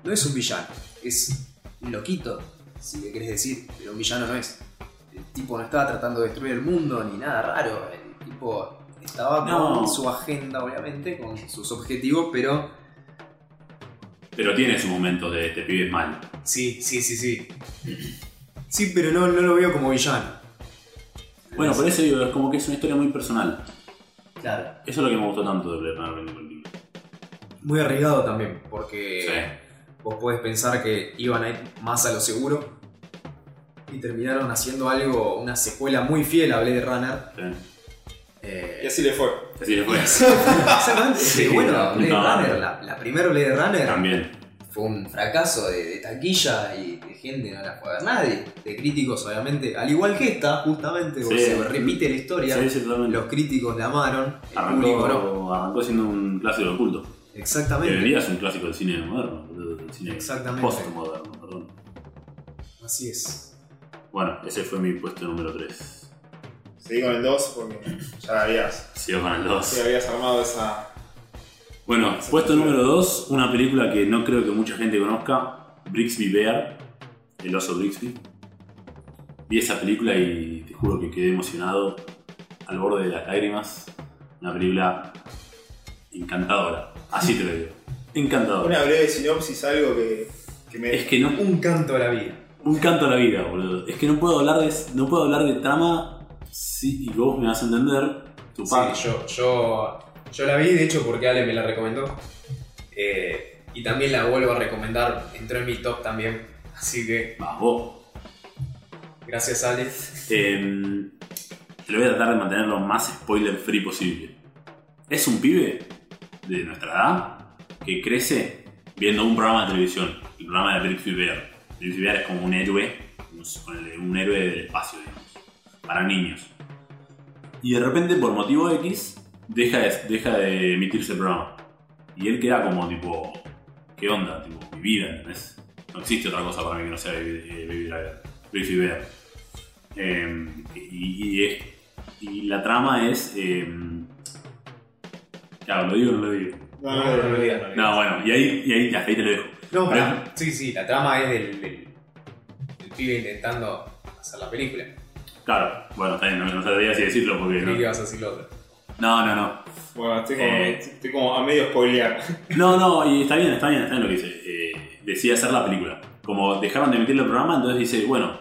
[SPEAKER 4] no es un villano, es un loquito, si le querés decir, pero un villano no es. El tipo no estaba tratando de destruir el mundo ni nada raro, el tipo estaba con
[SPEAKER 2] No.
[SPEAKER 4] su agenda, obviamente, con sus objetivos, pero
[SPEAKER 2] Pero tiene su momento de este pibe es malo.
[SPEAKER 4] Sí, sí, sí, sí. Sí, pero no, no lo veo como villano.
[SPEAKER 2] Bueno, por eso digo, es como que es una historia muy personal.
[SPEAKER 4] Claro.
[SPEAKER 2] Eso es lo que me gustó tanto de Blair Manor Manipulative.
[SPEAKER 4] Muy arriesgado también, porque
[SPEAKER 2] Sí.
[SPEAKER 4] vos podés pensar que iban a ir más a lo seguro y terminaron haciendo algo, una secuela muy fiel a Blade Runner.
[SPEAKER 2] sí.
[SPEAKER 1] Y
[SPEAKER 4] Eh,
[SPEAKER 1] así le fue.
[SPEAKER 2] Así que fue.
[SPEAKER 4] exactamente.
[SPEAKER 6] Sí,
[SPEAKER 4] pero bueno,
[SPEAKER 6] no,
[SPEAKER 4] Blade
[SPEAKER 2] no.
[SPEAKER 4] Runner, la, la primera Blade Runner
[SPEAKER 2] También.
[SPEAKER 4] fue un fracaso de, de taquilla y de gente no la fue a ver nadie. De críticos, obviamente, al igual que esta, justamente, porque
[SPEAKER 2] Sí.
[SPEAKER 4] se repite la historia.
[SPEAKER 2] Sí, sí, totalmente.
[SPEAKER 4] Los críticos la amaron, el público no.
[SPEAKER 2] Arrancó, arrancó siendo un clásico de culto. Que hoy en
[SPEAKER 4] Exactamente.
[SPEAKER 2] día es un clásico del cine moderno. Del cine
[SPEAKER 4] Exactamente.
[SPEAKER 2] postmoderno, perdón.
[SPEAKER 4] Así es.
[SPEAKER 2] Bueno, ese fue mi puesto número 3.
[SPEAKER 1] Seguí con el 2 porque ya habías,
[SPEAKER 2] Sigo con el 2.
[SPEAKER 1] ya habías armado esa.
[SPEAKER 2] Bueno, puesto número 2, una película que no creo que mucha gente conozca, Brixby Bear, el oso Brixby. Vi esa película y te juro que quedé emocionado al borde de las lágrimas. Una película encantadora, así te lo digo. Encantadora.
[SPEAKER 1] Una breve sinopsis, algo que, que me.
[SPEAKER 2] Es que no,
[SPEAKER 4] Un canto a la vida.
[SPEAKER 2] un canto a la vida, boludo. Es que no puedo hablar de, no puedo hablar de trama sí, y vos me vas a entender. Tu
[SPEAKER 4] Sí,
[SPEAKER 2] papá.
[SPEAKER 4] yo, yo, yo la vi, de hecho, porque Ale me la recomendó. Eh, y también la vuelvo a recomendar. Entró en mi top también. Así que
[SPEAKER 2] vas vos.
[SPEAKER 4] gracias, Ale.
[SPEAKER 2] Eh, te lo voy a tratar de mantener lo más spoiler free posible. Es un pibe de nuestra edad que crece viendo un programa de televisión, el programa de Brixby Bear. Brixby Bear es como un héroe, no sé, ponele, un héroe del espacio, digamos, para niños. Y de repente, por motivo X, deja de, deja de emitirse el programa. Y él queda como tipo, ¿qué onda? Tipo, mi vida, ¿entendés? No existe otra cosa para mí que no sea vivir, eh, vivir a- Brixby Bear. Eh, y, y es- y la trama es. eh, claro, lo digo o no lo digo.
[SPEAKER 1] No, Ah, no, no, no, no.
[SPEAKER 4] digas,
[SPEAKER 2] No, bueno, y ahí, y ahí, ya, ahí te lo dejo. Pero-
[SPEAKER 4] No, pará. Sí, sí, la trama es del, del- del pibe intentando hacer la película.
[SPEAKER 2] Claro, bueno, está bien, no, no sabría si decirlo porque.
[SPEAKER 4] Creí que
[SPEAKER 2] No,
[SPEAKER 4] ibas a decir lo otro.
[SPEAKER 2] no, no. no.
[SPEAKER 1] Bueno, estoy como,
[SPEAKER 2] Eh.
[SPEAKER 1] estoy como a medio spoilear.
[SPEAKER 2] No, no, y está bien, está bien, está bien lo que dice. Eh, decide hacer la película. Como dejaron de emitirlo el programa, entonces dice, bueno,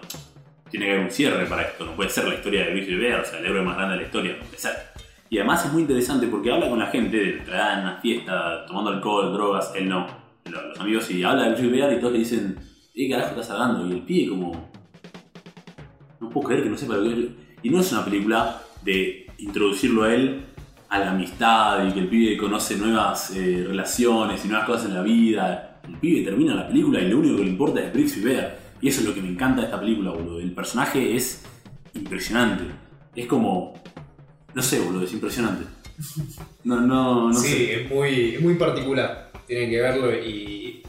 [SPEAKER 2] tiene que haber un cierre para esto. No puede ser la historia de Bill Bear, o sea, el héroe más grande de la historia, para empezar. Y además es muy interesante porque habla con la gente de nuestra edad, en una fiesta, tomando alcohol, drogas, él no. Lo- Los amigos, y habla de Bill Bear y todos le dicen, ¿qué carajo estás hablando? Y el pibe como... No puedo creer que no sepa lo que es... Y no es una película de introducirlo a él a la amistad y que el pibe conoce nuevas eh, relaciones y nuevas cosas en la vida. El pibe termina la película y lo único que le importa es Briggs y Bear. Y eso es lo que me encanta de esta película, boludo. El personaje es impresionante. Es como. No sé, boludo, es impresionante. No, no, no
[SPEAKER 4] sí,
[SPEAKER 2] sé.
[SPEAKER 4] es muy, es muy particular. Tienen que verlo y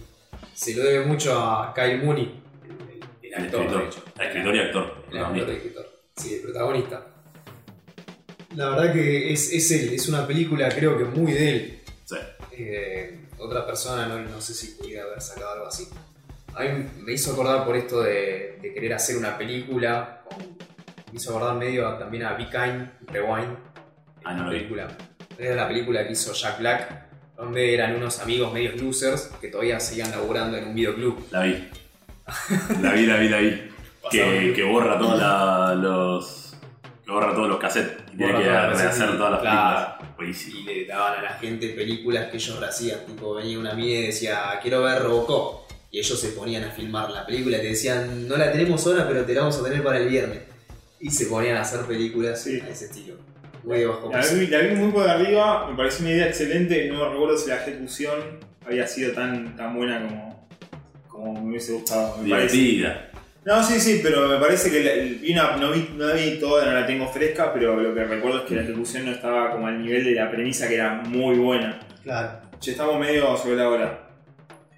[SPEAKER 4] se lo debe mucho a Kyle Mooney, el, el
[SPEAKER 2] El
[SPEAKER 4] actor,
[SPEAKER 2] escritor,
[SPEAKER 4] de hecho.
[SPEAKER 2] el escritor y actor.
[SPEAKER 4] El actor, el escritor. Sí, el protagonista.
[SPEAKER 7] La verdad que es, es él, es una película creo que muy de él.
[SPEAKER 2] Sí.
[SPEAKER 4] Eh, otra persona, no, no sé si pudiera haber sacado algo así. A mí me hizo acordar por esto de, de querer hacer una película. con- me hizo acordar medio a- también a Be Kind, Rewind.
[SPEAKER 2] Ah, no
[SPEAKER 4] la
[SPEAKER 2] lo vi.
[SPEAKER 4] película. Era la película que hizo Jack Black, donde eran unos amigos medios losers que todavía seguían laburando en un videoclub.
[SPEAKER 2] La vi. La vi, la vi, la vi. Que, que borra todos la- los. Que borra todos los cassettes. Y tiene
[SPEAKER 4] Borra
[SPEAKER 2] que
[SPEAKER 4] todas las
[SPEAKER 2] rehacer
[SPEAKER 4] cassettes y-
[SPEAKER 2] todas las
[SPEAKER 4] claro.
[SPEAKER 2] películas. Buenísimo.
[SPEAKER 4] Y le daban a la gente películas que ellos rehacían. Tipo, venía una mía y decía, quiero ver Robocop. Y ellos se ponían a filmar la película y te decían, no la tenemos ahora, pero te la vamos a tener para el viernes. Y se ponían a hacer películas
[SPEAKER 1] Sí.
[SPEAKER 4] a ese estilo. Muy de bajo
[SPEAKER 1] La
[SPEAKER 4] presupuesto.
[SPEAKER 1] vi, la vi muy por arriba, me pareció una idea excelente, no recuerdo si la ejecución había sido tan, tan buena como, como me hubiese gustado. Me parece.
[SPEAKER 2] Divertida.
[SPEAKER 1] No, sí, sí, pero me parece que la, el- vi una- no, vi, no la vi toda, no la tengo fresca, pero lo que recuerdo es que la ejecución no estaba como al nivel de la premisa que era muy buena.
[SPEAKER 7] Claro,
[SPEAKER 1] Che, estamos medio sobre la hora.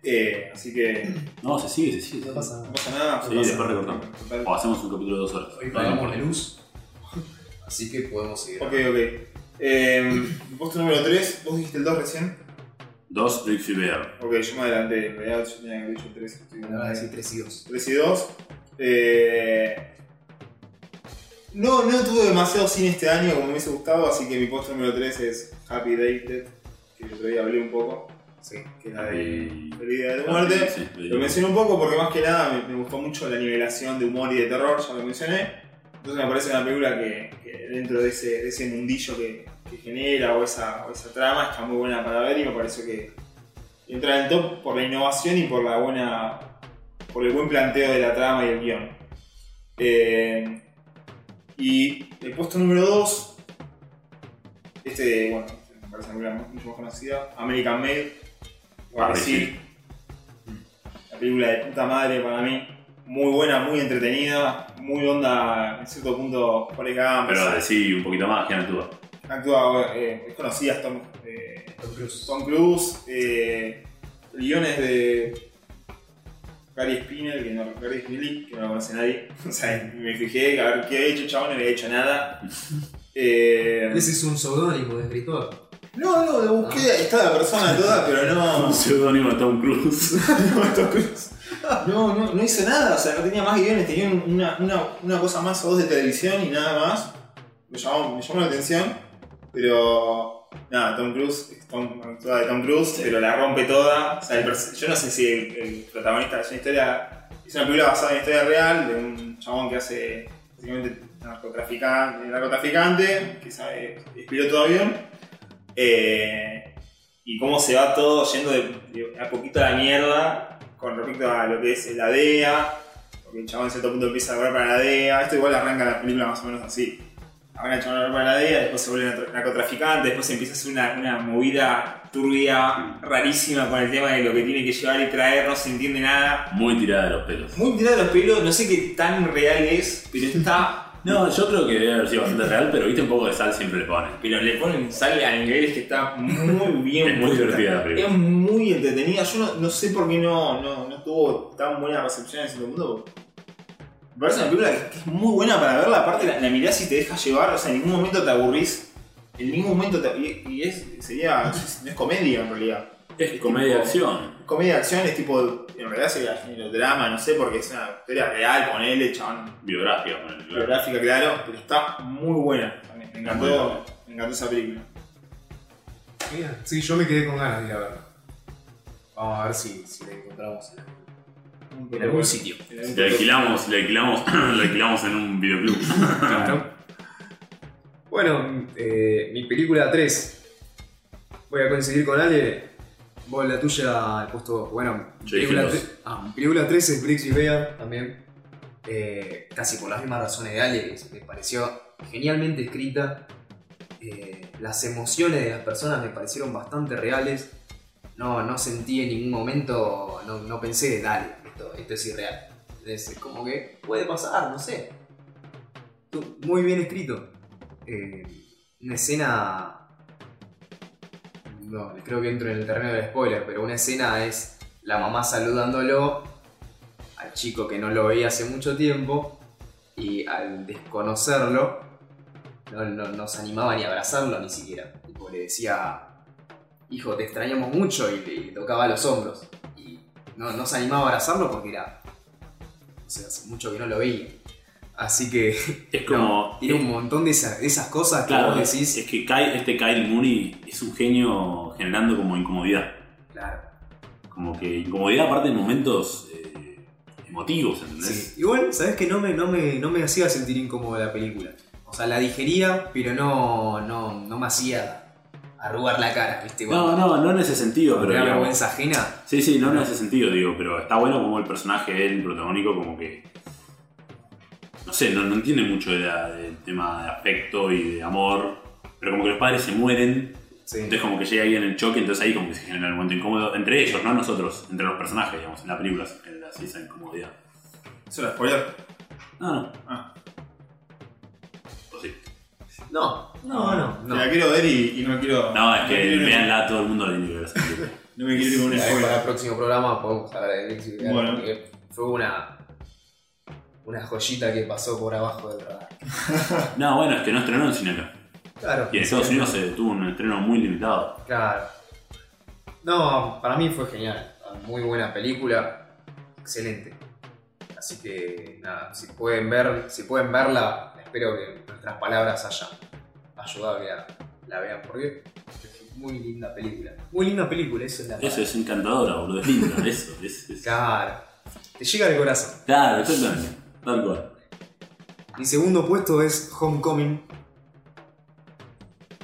[SPEAKER 1] Eh, así que
[SPEAKER 2] No, se sigue, se sigue.
[SPEAKER 7] no pasa
[SPEAKER 1] no
[SPEAKER 7] nada.
[SPEAKER 1] pasa nada.
[SPEAKER 2] Sí,
[SPEAKER 1] no pasa
[SPEAKER 2] después
[SPEAKER 1] nada.
[SPEAKER 2] recortamos.
[SPEAKER 1] Total.
[SPEAKER 2] O hacemos un capítulo de dos horas.
[SPEAKER 4] Hoy
[SPEAKER 2] No, no
[SPEAKER 4] pagamos
[SPEAKER 2] importa.
[SPEAKER 4] la luz. Así que podemos seguir.
[SPEAKER 1] Ok, ok. Eh, puesto número 3, vos dijiste el 2 recién.
[SPEAKER 2] Dos Brixby Bear.
[SPEAKER 1] Ok, yo me adelanté, en realidad yo tenía que haber dicho el 3.
[SPEAKER 4] Me van a decir 3 y 2.
[SPEAKER 1] 3 y 2. Eh, no, no tuve demasiado cine este año como me hubiese gustado, así que mi post número 3 es Happy Dated, que el otro día hablé un poco.
[SPEAKER 4] Sí.
[SPEAKER 1] Que es la de
[SPEAKER 2] Happy-
[SPEAKER 1] Herida de muerte.
[SPEAKER 2] Sí, sí,
[SPEAKER 1] Lo mencioné un poco porque más que nada me, me gustó mucho la nivelación de humor y de terror, ya lo mencioné. Entonces me parece una película que, que dentro de ese, de ese mundillo que, que genera o esa, o esa trama está muy buena para ver y me parece que entra en el top por la innovación y por la buena. por el buen planteo de la trama y el guión. Eh, y el puesto número 2, este, bueno, este me parece una película mucho más conocida, American Made, o
[SPEAKER 2] Barry
[SPEAKER 1] decir, la película de puta madre para mí. Muy buena, muy entretenida, muy onda, en cierto punto, Forrest Gump.
[SPEAKER 2] Ah, Pero decí un poquito más, que actúa.
[SPEAKER 1] Actúa, eh, es conocida Tom, eh, Tom Cruise. eh, guiones de Gary Spinell, que no, Gary Spinelli, que no lo conoce nadie. O sea, me fijé a ver qué había hecho, chabón, no había hecho nada. Eh,
[SPEAKER 5] Ese es un seudónimo de escritor.
[SPEAKER 1] no, no, lo busqué, está la persona toda, pero no.
[SPEAKER 2] Un seudónimo de Tom Cruise.
[SPEAKER 1] No, Tom Cruise. No, no, no hizo nada, o sea, no tenía más guiones, tenía una, una, una cosa más o dos de televisión y nada más. Me llamó, me llamó la atención, pero nada, Tom Cruise, es Tom, actúa de Tom Cruise, pero la rompe toda. O sea, el pers- yo no sé si el, el protagonista es una historia, es una película basada en una historia real de un chabón que hace básicamente narcotraficante, narcotraficante que sabe, es piloto de avión. Eh, y cómo se va todo yendo de, de a poquito a la mierda con respecto a lo que es la DEA, porque el chabón en cierto punto empieza a hablar para la DEA, esto igual arranca la película más o menos así. Ahora el chabón habla para la DEA, después se vuelve narco- narcotraficante, después empieza a hacer una, una movida turbia, rarísima con el tema de lo que tiene que llevar y traer, no se entiende nada.
[SPEAKER 2] Muy tirada de los pelos.
[SPEAKER 1] Muy tirado de los pelos, no sé qué tan real es, pero está...
[SPEAKER 2] No, yo creo que debe haber sido bastante real, pero viste un poco de sal siempre le ponen.
[SPEAKER 1] Pero le ponen sal a niveles que está muy bien
[SPEAKER 2] Es muy
[SPEAKER 1] puesta.
[SPEAKER 2] divertida la película.
[SPEAKER 1] Es muy entretenida. Yo no, no sé por qué no, no, no tuvo tan buena recepción en cierto punto. Me parece una película que es muy buena para verla. Aparte, la, la mirás y te dejas llevar. O sea, en ningún momento te aburrís. En ningún momento te. Y, y es, sería. No es comedia en realidad.
[SPEAKER 2] Es comedia de acción.
[SPEAKER 1] Comedia de acción es tipo. En realidad sería género drama, no sé, porque es una historia real, ponele, chabón
[SPEAKER 2] Biográfica, ponele, claro.
[SPEAKER 1] biográfica, claro, pero está muy buena. Me me
[SPEAKER 2] Muy
[SPEAKER 1] encantó,
[SPEAKER 2] buena.
[SPEAKER 1] me encantó esa película.
[SPEAKER 4] Mira, sí, yo me quedé con ganas de ir a verla. Vamos a ver si, si la encontramos en algún- en algún sitio.
[SPEAKER 2] Le alquilamos, le alquilamos, le alquilamos en un videoclub.
[SPEAKER 4] Bueno, eh, mi película 3. Voy a coincidir con Ale. Vos la tuya al puesto. Bueno, mi
[SPEAKER 2] Yo dije
[SPEAKER 4] película,
[SPEAKER 2] dos.
[SPEAKER 4] tre- ah, mi película 3 es Briggs y Bea también. Eh, casi por las mismas razones de Ale, que me pareció genialmente escrita. Eh, las emociones de las personas me parecieron bastante reales. No, no sentí en ningún momento, no, no pensé, dale, esto, esto es irreal. Es como que puede pasar, no sé. Tu- Muy bien escrito eh, una escena. No, creo que entro en el terreno del spoiler, pero una escena es la mamá saludándolo al chico que no lo veía hace mucho tiempo y al desconocerlo no, no- no se animaba ni a abrazarlo ni siquiera. Tipo, le decía, hijo, te extrañamos mucho y le, le tocaba los hombros. Y no, no se animaba a abrazarlo porque era, o sea, hace mucho que no lo veía. Así que
[SPEAKER 2] Es como.
[SPEAKER 4] tiene un montón de, esa- de esas cosas que
[SPEAKER 2] Claro,
[SPEAKER 4] vos
[SPEAKER 2] es,
[SPEAKER 4] decís.
[SPEAKER 2] es que Kyle- este Kyle Mooney es un genio generando como incomodidad.
[SPEAKER 4] Claro.
[SPEAKER 2] Como que incomodidad aparte en momentos eh, emotivos,
[SPEAKER 4] Sí.
[SPEAKER 2] ¿entendés?
[SPEAKER 4] Igual, sabes que no me, no, me, no me hacía sentir incómodo la película. O sea, la digería, pero no, no, no me hacía arrugar la cara, ¿viste?
[SPEAKER 2] No, no, no en ese sentido, pero...
[SPEAKER 4] pero era
[SPEAKER 2] digamos-
[SPEAKER 4] vergüenza ajena.
[SPEAKER 2] sí, sí, no en ese sentido, digo, pero está bueno como el personaje, el protagónico, como que... No sé, no, no entiende mucho de la- del tema de afecto y de amor, pero como que los padres se mueren,
[SPEAKER 4] Sí.
[SPEAKER 2] entonces como que llega ahí en el choque, entonces ahí como que se genera el momento incómodo, entre ellos, no nosotros, entre los personajes, digamos, en la película se genera así esa incomodidad.
[SPEAKER 1] Eso era spoiler.
[SPEAKER 2] No, no.
[SPEAKER 1] Ah.
[SPEAKER 2] O sí.
[SPEAKER 4] No, no, no. no.
[SPEAKER 1] Me La quiero ver y, y no quiero.
[SPEAKER 2] No, es que
[SPEAKER 1] quiero ir-
[SPEAKER 2] veanla, todo el mundo la tiene que ver. esa película.
[SPEAKER 1] No me quiero ir con un
[SPEAKER 4] Ahí Para el
[SPEAKER 1] spoiler.
[SPEAKER 4] próximo programa podemos hablar de Brixby.
[SPEAKER 1] Bueno.
[SPEAKER 4] Fue una, una joyita que pasó por abajo del radar.
[SPEAKER 2] No, bueno, es que no estrenó en cine acá.
[SPEAKER 4] Claro.
[SPEAKER 2] Y en Estados Unidos se tuvo un estreno muy limitado.
[SPEAKER 4] Claro. No, para mí fue genial. Muy buena película. Excelente. Así que nada, si pueden ver, si pueden verla, espero que nuestras palabras hayan ayudado a que la, la vean porque muy linda película.
[SPEAKER 3] Muy linda película, eso es la
[SPEAKER 2] Eso es encantadora, boludo. Es linda, eso. Es, es-
[SPEAKER 3] Claro. Te llega al corazón.
[SPEAKER 2] Claro, exactamente. Tal cual.
[SPEAKER 3] Mi segundo puesto es Homecoming.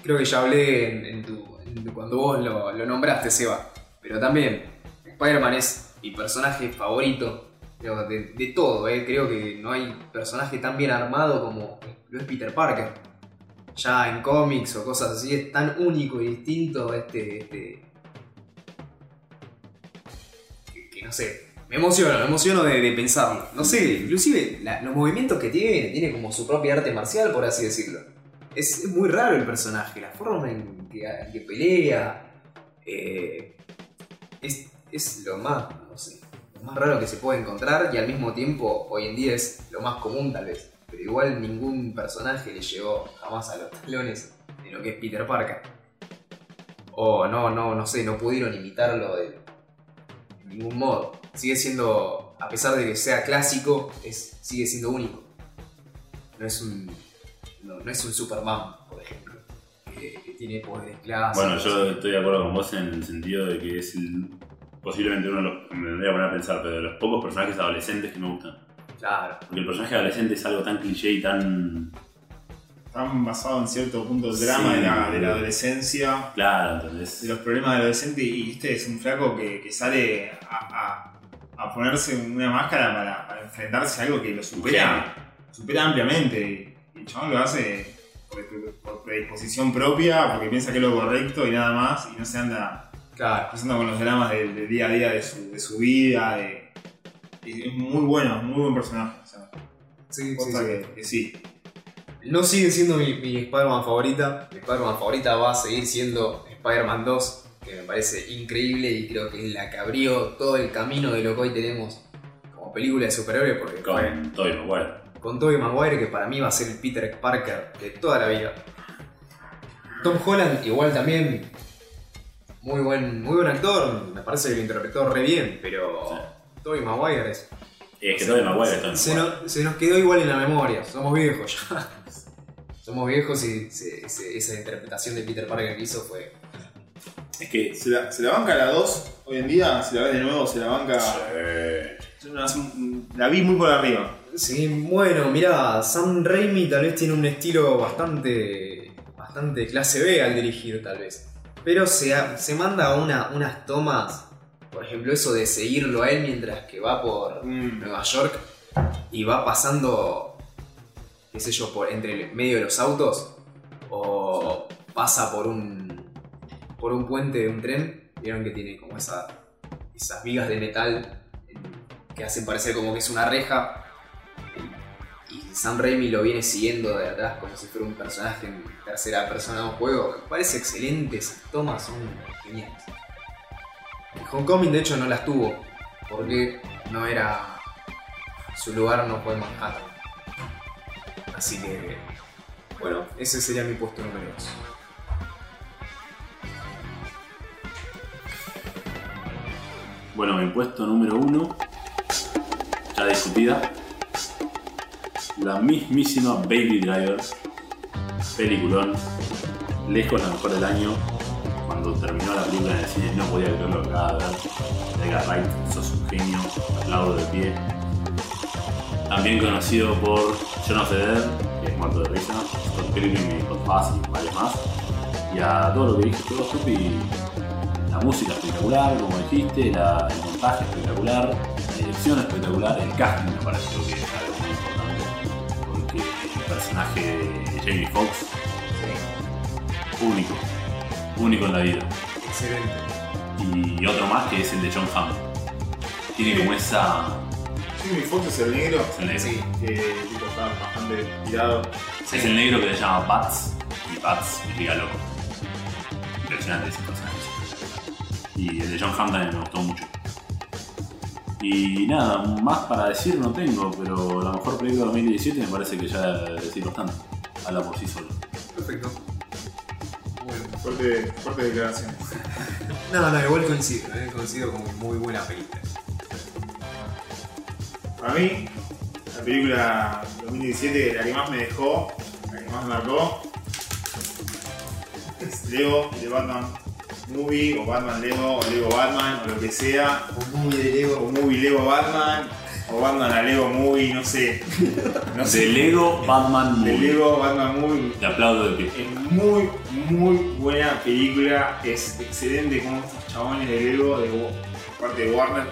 [SPEAKER 4] Creo que ya hablé en, en tu, en tu- cuando vos lo, lo nombraste, Seba. Pero también, Spider-Man es mi personaje favorito creo, de, de todo. eh. Creo que no hay personaje tan bien armado como lo es Peter Parker. Ya en cómics o cosas así, es tan único y distinto este... este- que, que no sé. Me emociono, me emociono de, de pensarlo. No sé, inclusive la- los movimientos que tiene, tiene como su propia arte marcial, por así decirlo. Es muy raro el personaje, la forma en que, en que pelea. eh, es, es lo más, no sé, lo más raro que se puede encontrar y al mismo tiempo hoy en día es lo más común tal vez. Pero igual ningún personaje le llegó jamás a los talones de lo que es Peter Parker. O no, no, no sé, no pudieron imitarlo de, de ningún modo. Sigue siendo, a pesar de que sea clásico, es, sigue siendo único. No es un no, no es un Superman, por ejemplo, que, que tiene poderes clásicos.
[SPEAKER 2] Bueno, yo estoy de acuerdo con vos en el sentido de que es el- posiblemente uno de los. Me voy a poner a pensar, pero de los pocos personajes adolescentes que me gustan.
[SPEAKER 4] Claro,
[SPEAKER 2] Porque el personaje adolescente es algo tan cliché y tan.
[SPEAKER 1] Están basados en cierto punto del drama
[SPEAKER 2] Sí,
[SPEAKER 1] de, la, de la
[SPEAKER 2] boludo.
[SPEAKER 1] adolescencia,
[SPEAKER 2] Claro,
[SPEAKER 1] de
[SPEAKER 2] entonces.
[SPEAKER 1] los problemas del adolescente. Y este es un flaco que, que sale a, a- a ponerse una máscara para, para enfrentarse a algo que lo supera, supera ampliamente. Y el chabón lo hace por, por predisposición propia, porque piensa que es lo correcto y nada más, y no se anda
[SPEAKER 4] claro.
[SPEAKER 1] cruzando con los dramas del, del día a día de su, de su vida. de- y es muy bueno, muy buen personaje. O sea,
[SPEAKER 3] Sí, sí,
[SPEAKER 1] cosa
[SPEAKER 3] sí.
[SPEAKER 1] que, que sí.
[SPEAKER 4] No sigue siendo mi, mi Spider-Man favorita. Mi Spider-Man favorita va a seguir siendo Spider-Man 2, que me parece increíble y creo que es la que abrió todo el camino de lo que hoy tenemos como película de superhéroe, porque
[SPEAKER 2] Con
[SPEAKER 4] fue
[SPEAKER 2] Tobey Maguire.
[SPEAKER 4] con Tobey Maguire, que para mí va a ser el Peter Parker de toda la vida. Tom Holland, igual también, muy buen, muy buen actor, me parece que lo interpretó re bien, pero Tobey Maguire es
[SPEAKER 2] Es que Tobey Maguire está en
[SPEAKER 4] se, no- se nos quedó igual en la memoria, somos viejos ya. Somos viejos y se- se- esa interpretación de Peter Parker que hizo fue.
[SPEAKER 2] Es que.
[SPEAKER 1] ¿Se la, se la banca la 2 hoy en día, se la ve de nuevo, se la banca.
[SPEAKER 4] Ah.
[SPEAKER 2] Eh,
[SPEAKER 1] Yo no la- la vi muy por arriba.
[SPEAKER 4] Sí, bueno, mirá, Sam Raimi tal vez tiene un estilo bastante. bastante clase B al dirigir, tal vez. Pero se, ha- se manda una, unas tomas, por ejemplo, eso de seguirlo a él mientras que va por.
[SPEAKER 1] Mm.
[SPEAKER 4] Nueva York y va pasando, qué sé yo, por entre el medio de los autos o pasa por un por un puente de un tren, vieron que tiene como esa, esas vigas de metal en- que hacen parecer como que es una reja y Sam Raimi lo viene siguiendo de atrás como si fuera un personaje en tercera persona de un juego. Me parece excelente, esas tomas son geniales. Homecoming de hecho no las tuvo porque no era su lugar no fue en Manhattan. Así que, bueno, ese sería mi puesto número 2.
[SPEAKER 2] Bueno, mi puesto número uno, ya discutida, la mismísima Baby Driver, peliculón, lejos la mejor del año. Cuando terminó la película en el cine no podía creer lo que acababa de ver. Edgar Wright, sos un genio, aplaudo de pie. También conocido por John of the Dead, que es muerto de risa, Scott Pilgrim y Hot Fuzz y varios más. Y a todo lo que dije, todo Tupi, la música espectacular, como dijiste, la- el montaje espectacular, la dirección espectacular, el casting me pareció que es algo muy importante, porque el personaje de Jamie Foxx, único, único en la vida.
[SPEAKER 4] Excelente.
[SPEAKER 2] Y otro más que es el de John Hamm. Tiene como esa...
[SPEAKER 1] Jimmy Fox es el negro,
[SPEAKER 2] Es el negro,
[SPEAKER 4] Sí,
[SPEAKER 1] que tipo, está bastante tirado.
[SPEAKER 2] es el negro que se llama Bats, y Bats significa loco. Impresionante ese personaje. Y el de John Hamm también me gustó mucho. Y nada, más para decir no tengo, pero la mejor película de 2017 me parece que ya decir bastante. Habla por sí solo.
[SPEAKER 4] perfecto.
[SPEAKER 1] Fuerte, fuerte declaración.
[SPEAKER 4] No, no, igual coincido, eh, coincido con muy buena película.
[SPEAKER 1] Para mí, la película 2017, la que más me dejó, la que más me marcó, es es Lego de Batman Movie, o Batman Lego, o Lego Batman, o lo que sea,
[SPEAKER 5] O movie de Lego.
[SPEAKER 1] o Movie Lego Batman, o Batman a Lego Movie, no sé. No
[SPEAKER 2] De
[SPEAKER 1] sé.
[SPEAKER 2] Lego Batman
[SPEAKER 1] De
[SPEAKER 2] Movie.
[SPEAKER 1] Lego Batman Movie.
[SPEAKER 2] Te aplaudo de pie.
[SPEAKER 1] Es muy, muy buena película. Es excelente como estos chabones de Lego, de, Wa- parte de Warner,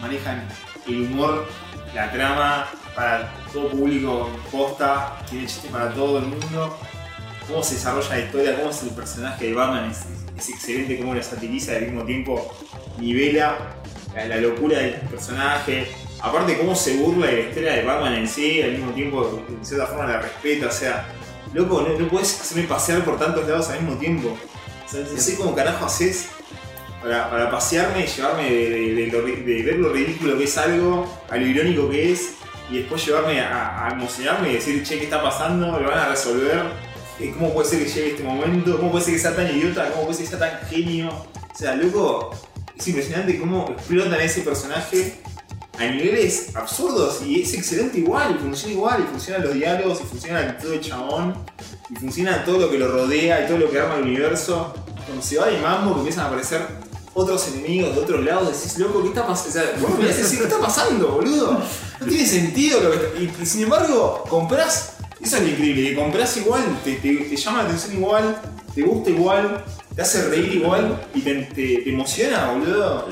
[SPEAKER 1] manejan el humor, la trama para todo público posta, tiene chiste para todo el mundo. Cómo se desarrolla la historia, cómo es el personaje de Batman, es, es excelente cómo lo satiriza y al mismo tiempo nivela la, la locura del personaje. Aparte, cómo se burla de la historia de Batman en sí, al mismo tiempo, en cierta forma la respeta, o sea. Loco, no, no puedes hacerme pasear por tantos lados al mismo tiempo. O sea, no sé cómo carajo haces para, para pasearme y llevarme de, de- de lo ri- de ver lo ridículo que es algo, a lo irónico que es, y después llevarme a, a emocionarme y decir, che, ¿qué está pasando? ¿Lo van a resolver? Eh, ¿Cómo puede ser que llegue este momento? ¿Cómo puede ser que sea tan idiota? ¿Cómo puede ser que sea tan genio? O sea, loco, es impresionante cómo explotan a ese personaje a niveles absurdos y es excelente igual, y funciona igual, y funcionan los diálogos, y funciona la actitud de chabón, y funciona todo lo que lo rodea y todo lo que arma el universo. Cuando se va de mambo que empiezan a aparecer otros enemigos de otros lados, decís, loco, ¿qué está pasando? O sea, vos mirás y decís, ¿qué está pasando, boludo? No tiene sentido lo que- y, y sin embargo, comprás, eso es lo increíble, que comprás igual, te, te- te llama la atención igual, te gusta igual, te hace reír igual, y te, te- te emociona, boludo.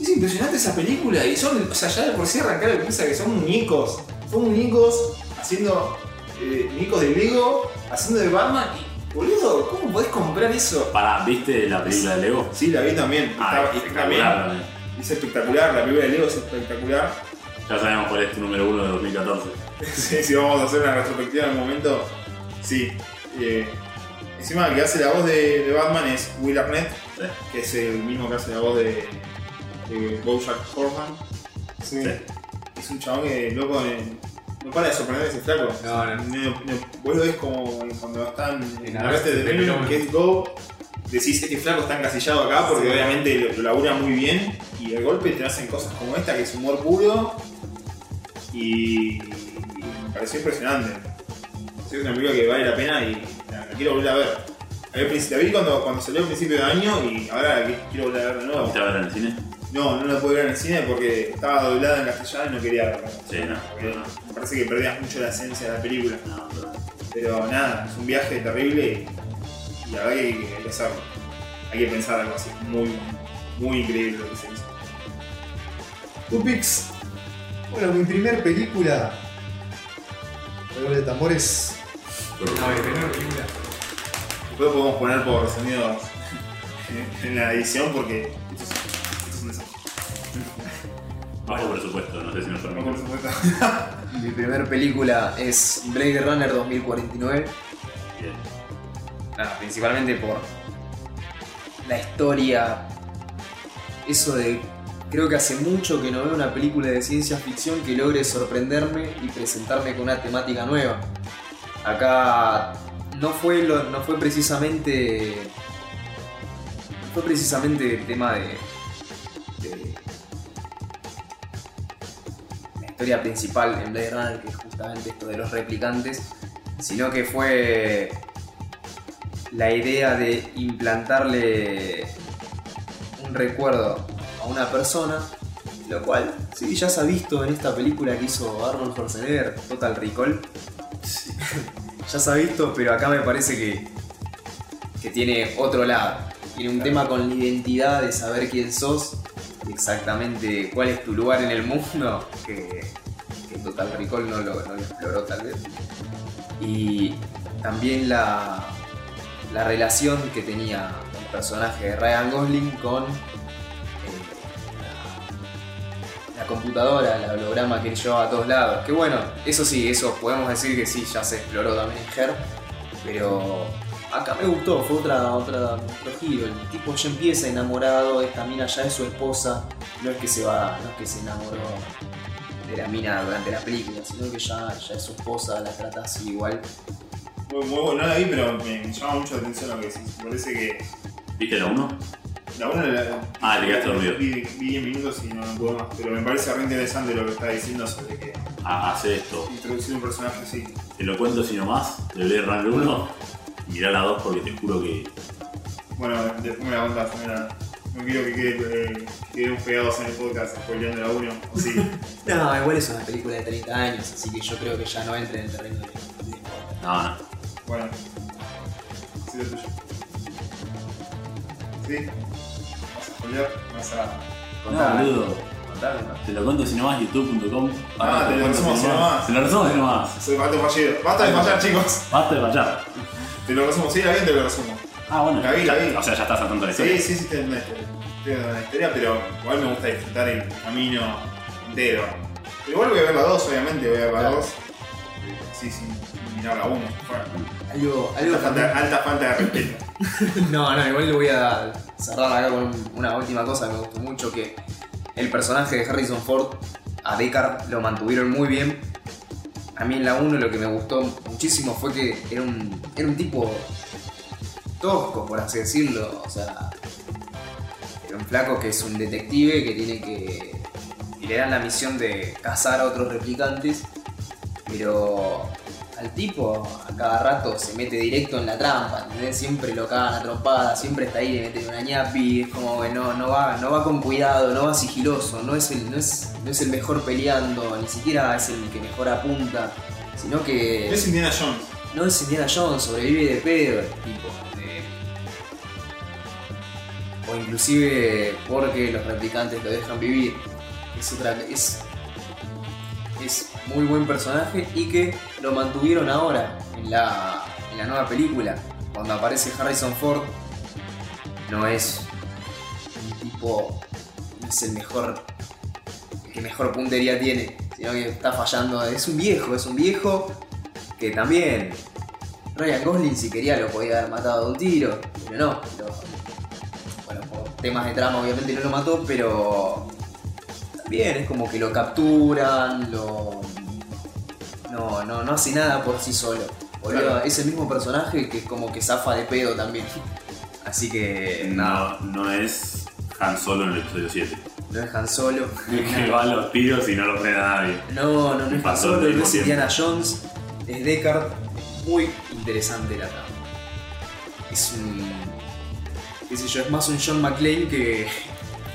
[SPEAKER 1] Es impresionante esa película y son, o sea, ya de por sí arrancar piensa que son muñecos. Son muñecos haciendo eh, muñecos de Lego, haciendo de Batman y, boludo, ¿cómo podés comprar eso?
[SPEAKER 2] Pará, ¿viste la película de Lego?
[SPEAKER 1] Sí, la vi también.
[SPEAKER 2] Ah,
[SPEAKER 1] Está-
[SPEAKER 2] es
[SPEAKER 1] está bien.
[SPEAKER 2] espectacular también.
[SPEAKER 1] Es espectacular, la película de Lego es espectacular.
[SPEAKER 2] Ya sabemos cuál es tu número uno de 2014.
[SPEAKER 1] Sí, si vamos a hacer una retrospectiva en el momento, sí. Eh, encima el que hace la voz de, de Batman es Will Arnett,
[SPEAKER 2] Sí.
[SPEAKER 1] que es el mismo que hace la voz de, de Bojack Horseman.
[SPEAKER 5] Sí.
[SPEAKER 2] Sí.
[SPEAKER 1] Es un chabón que, loco, eh, no para de sorprender ese flaco.
[SPEAKER 4] No, no.
[SPEAKER 1] No, no, vos lo ves como cuando están en
[SPEAKER 4] En
[SPEAKER 1] la parte de
[SPEAKER 4] Arrested
[SPEAKER 1] Development,
[SPEAKER 4] Development.
[SPEAKER 1] que es Go, decís, este flaco está encasillado acá porque
[SPEAKER 4] Sí.
[SPEAKER 1] obviamente lo, lo labura muy bien y de golpe te hacen cosas como esta, que es humor puro y, y me pareció impresionante. Sí, Es una película que vale la pena y la, la quiero volver a ver. A ver, princi- La vi cuando, cuando salió a principio de año y ahora la qui- quiero volver a ver de
[SPEAKER 2] ¿La
[SPEAKER 1] nuevo.
[SPEAKER 2] fuiste a ver en el cine?
[SPEAKER 1] No, no la pude ver en el cine porque estaba doblada en castellano y no quería verla.
[SPEAKER 2] Sí, no,
[SPEAKER 1] Porque
[SPEAKER 2] no.
[SPEAKER 1] Me parece que perdías mucho la esencia de la película.
[SPEAKER 2] No, no.
[SPEAKER 1] Pero nada, es un viaje terrible y, y la verdad que hay, que hay que hacerlo. Hay que pensar algo así. Muy, muy increíble lo que se hizo.
[SPEAKER 5] Pupix. Bueno, mi primer película. Redoble de tambores.
[SPEAKER 4] No, mi primera película.
[SPEAKER 1] Después podemos poner por sonidos en- en la edición porque esto es, esto es un desastre.
[SPEAKER 2] Bajo presupuesto, no sé si nos
[SPEAKER 1] No, por
[SPEAKER 2] permite.
[SPEAKER 1] supuesto.
[SPEAKER 4] Mi primer película es Blade Runner 2049.
[SPEAKER 2] Bien.
[SPEAKER 4] Nada, Ah, principalmente por la historia. Eso de. Creo que hace mucho que no veo una película de ciencia ficción que logre sorprenderme y presentarme con una temática nueva. Acá no fue, lo- no fue precisamente. no fue precisamente el tema de. de- la historia principal en Blade Runner, que es justamente esto de los replicantes, sino que fue la idea de implantarle un recuerdo a una persona, lo cual sí ya se ha visto en esta película que hizo Arnold Schwarzenegger, Total Recall. ya se ha visto, pero acá me parece que, que tiene otro lado. Tiene un tema con la identidad de saber quién sos, y exactamente cuál es tu lugar en el mundo, que, que Total Recall no lo- no lo exploró tal vez. Y también la, la relación que tenía el personaje de Ryan Gosling con eh, la, la computadora, el holograma que él llevaba a todos lados. Que bueno, eso sí, eso podemos decir que sí, ya se exploró también en Her, pero acá me gustó, fue otra, otra, otro giro. El tipo ya empieza enamorado, esta mina ya es su esposa, no es que se va, no es que se enamoró de la mina durante la película, sino que ya, ya es su esposa, la trata así igual.
[SPEAKER 1] Muy, muy bueno, no la vi, pero me, me llama mucho la atención lo que decís. Me parece que
[SPEAKER 2] ¿Viste la uno?
[SPEAKER 1] la buena la.
[SPEAKER 2] Ah, te quedaste dormido.
[SPEAKER 1] Vi vi 10 minutos y no no pude más. Pero me parece re interesante lo que está diciendo sobre que
[SPEAKER 2] Ah, hace esto.
[SPEAKER 1] introducir un personaje así.
[SPEAKER 2] Te lo cuento si no más. Le leí Runner 1. Mirá la 2 porque te juro que
[SPEAKER 1] Bueno, después me la contás, me la- No quiero que quede, eh, queden pegados en el podcast spoileando la 1. O sí.
[SPEAKER 4] No, igual es una película de 30 años, así que yo creo que ya no entra en el terreno de. de-
[SPEAKER 2] No, no.
[SPEAKER 1] bueno. Sí, lo tuyo. ¿Sí? ¿Vas a spoilear? ¿Vas a.?
[SPEAKER 2] No,
[SPEAKER 8] Contá,
[SPEAKER 2] boludo.
[SPEAKER 8] contá, contá.
[SPEAKER 2] Te lo cuento si no más, youtube.com.
[SPEAKER 1] Ah, te lo resumo si no más.
[SPEAKER 2] Te lo resumo si no más.
[SPEAKER 1] Soy Pato Fallero. Basta de fallar, chicos.
[SPEAKER 2] Basta de fallar.
[SPEAKER 1] Te lo resumo. Sí, la vi, te lo resumo.
[SPEAKER 2] Ah, bueno.
[SPEAKER 1] La vi, la vi.
[SPEAKER 2] O sea, ya estás al tanto de la
[SPEAKER 1] Sí,
[SPEAKER 2] historia.
[SPEAKER 1] sí, sí, tengo una historia. Tengo una historia, pero igual me gusta disfrutar el camino entero. Pero igual voy a ver la 2, obviamente, voy a ver la 2. Sí, sí, mirar la 1.
[SPEAKER 4] Algo, algo
[SPEAKER 1] Alta falta, alta falta de respeto.
[SPEAKER 4] No, no, igual le voy a cerrar acá con un- una última cosa que me gustó mucho, que el personaje de Harrison Ford, a Deckard lo mantuvieron muy bien. A mí en la 1 lo que me gustó muchísimo fue que era un, era un tipo tosco, por así decirlo. O sea, era un flaco que es un detective que tiene que... Y le dan la misión de cazar a otros replicantes, pero al tipo a cada rato se mete directo en la trampa, ¿entendés? Siempre lo cagan a trompada, siempre está ahí, le meten una ñapi, es como que no, no, va, no va con cuidado, no va sigiloso, no es, el, no, es, no es el mejor peleando, ni siquiera es el que mejor apunta, sino que
[SPEAKER 1] Es Indiana Jones.
[SPEAKER 4] no es Indiana Jones, sobrevive de pedo el tipo. eh. O inclusive porque los replicantes lo dejan vivir. Es otra. es. Es muy buen personaje y que lo mantuvieron ahora en la, en la nueva película. Cuando aparece Harrison Ford, no es un tipo. no es el mejor. el que mejor puntería tiene, sino que está fallando. Es un viejo, es un viejo que también Ryan Gosling si quería lo podía haber matado de un tiro, pero no. lo- bueno, por temas de trama obviamente no lo mató, pero también es como que lo capturan, lo... No, no, no hace nada por sí solo. Boludo,
[SPEAKER 1] Claro.
[SPEAKER 4] Es el mismo personaje que es como que zafa de pedo también. Así que nada,
[SPEAKER 2] Eh, No, no es Han Solo en el episodio 7.
[SPEAKER 4] lo dejan solo.
[SPEAKER 2] Que va a los tiros y no lo frena nadie.
[SPEAKER 4] No, no, no es
[SPEAKER 2] Pasó
[SPEAKER 4] solo,
[SPEAKER 2] el
[SPEAKER 4] no es
[SPEAKER 2] tiempo.
[SPEAKER 4] Indiana Jones, es Deckard. Muy interesante la trama. Es un. qué sé yo, es más un John McClane que.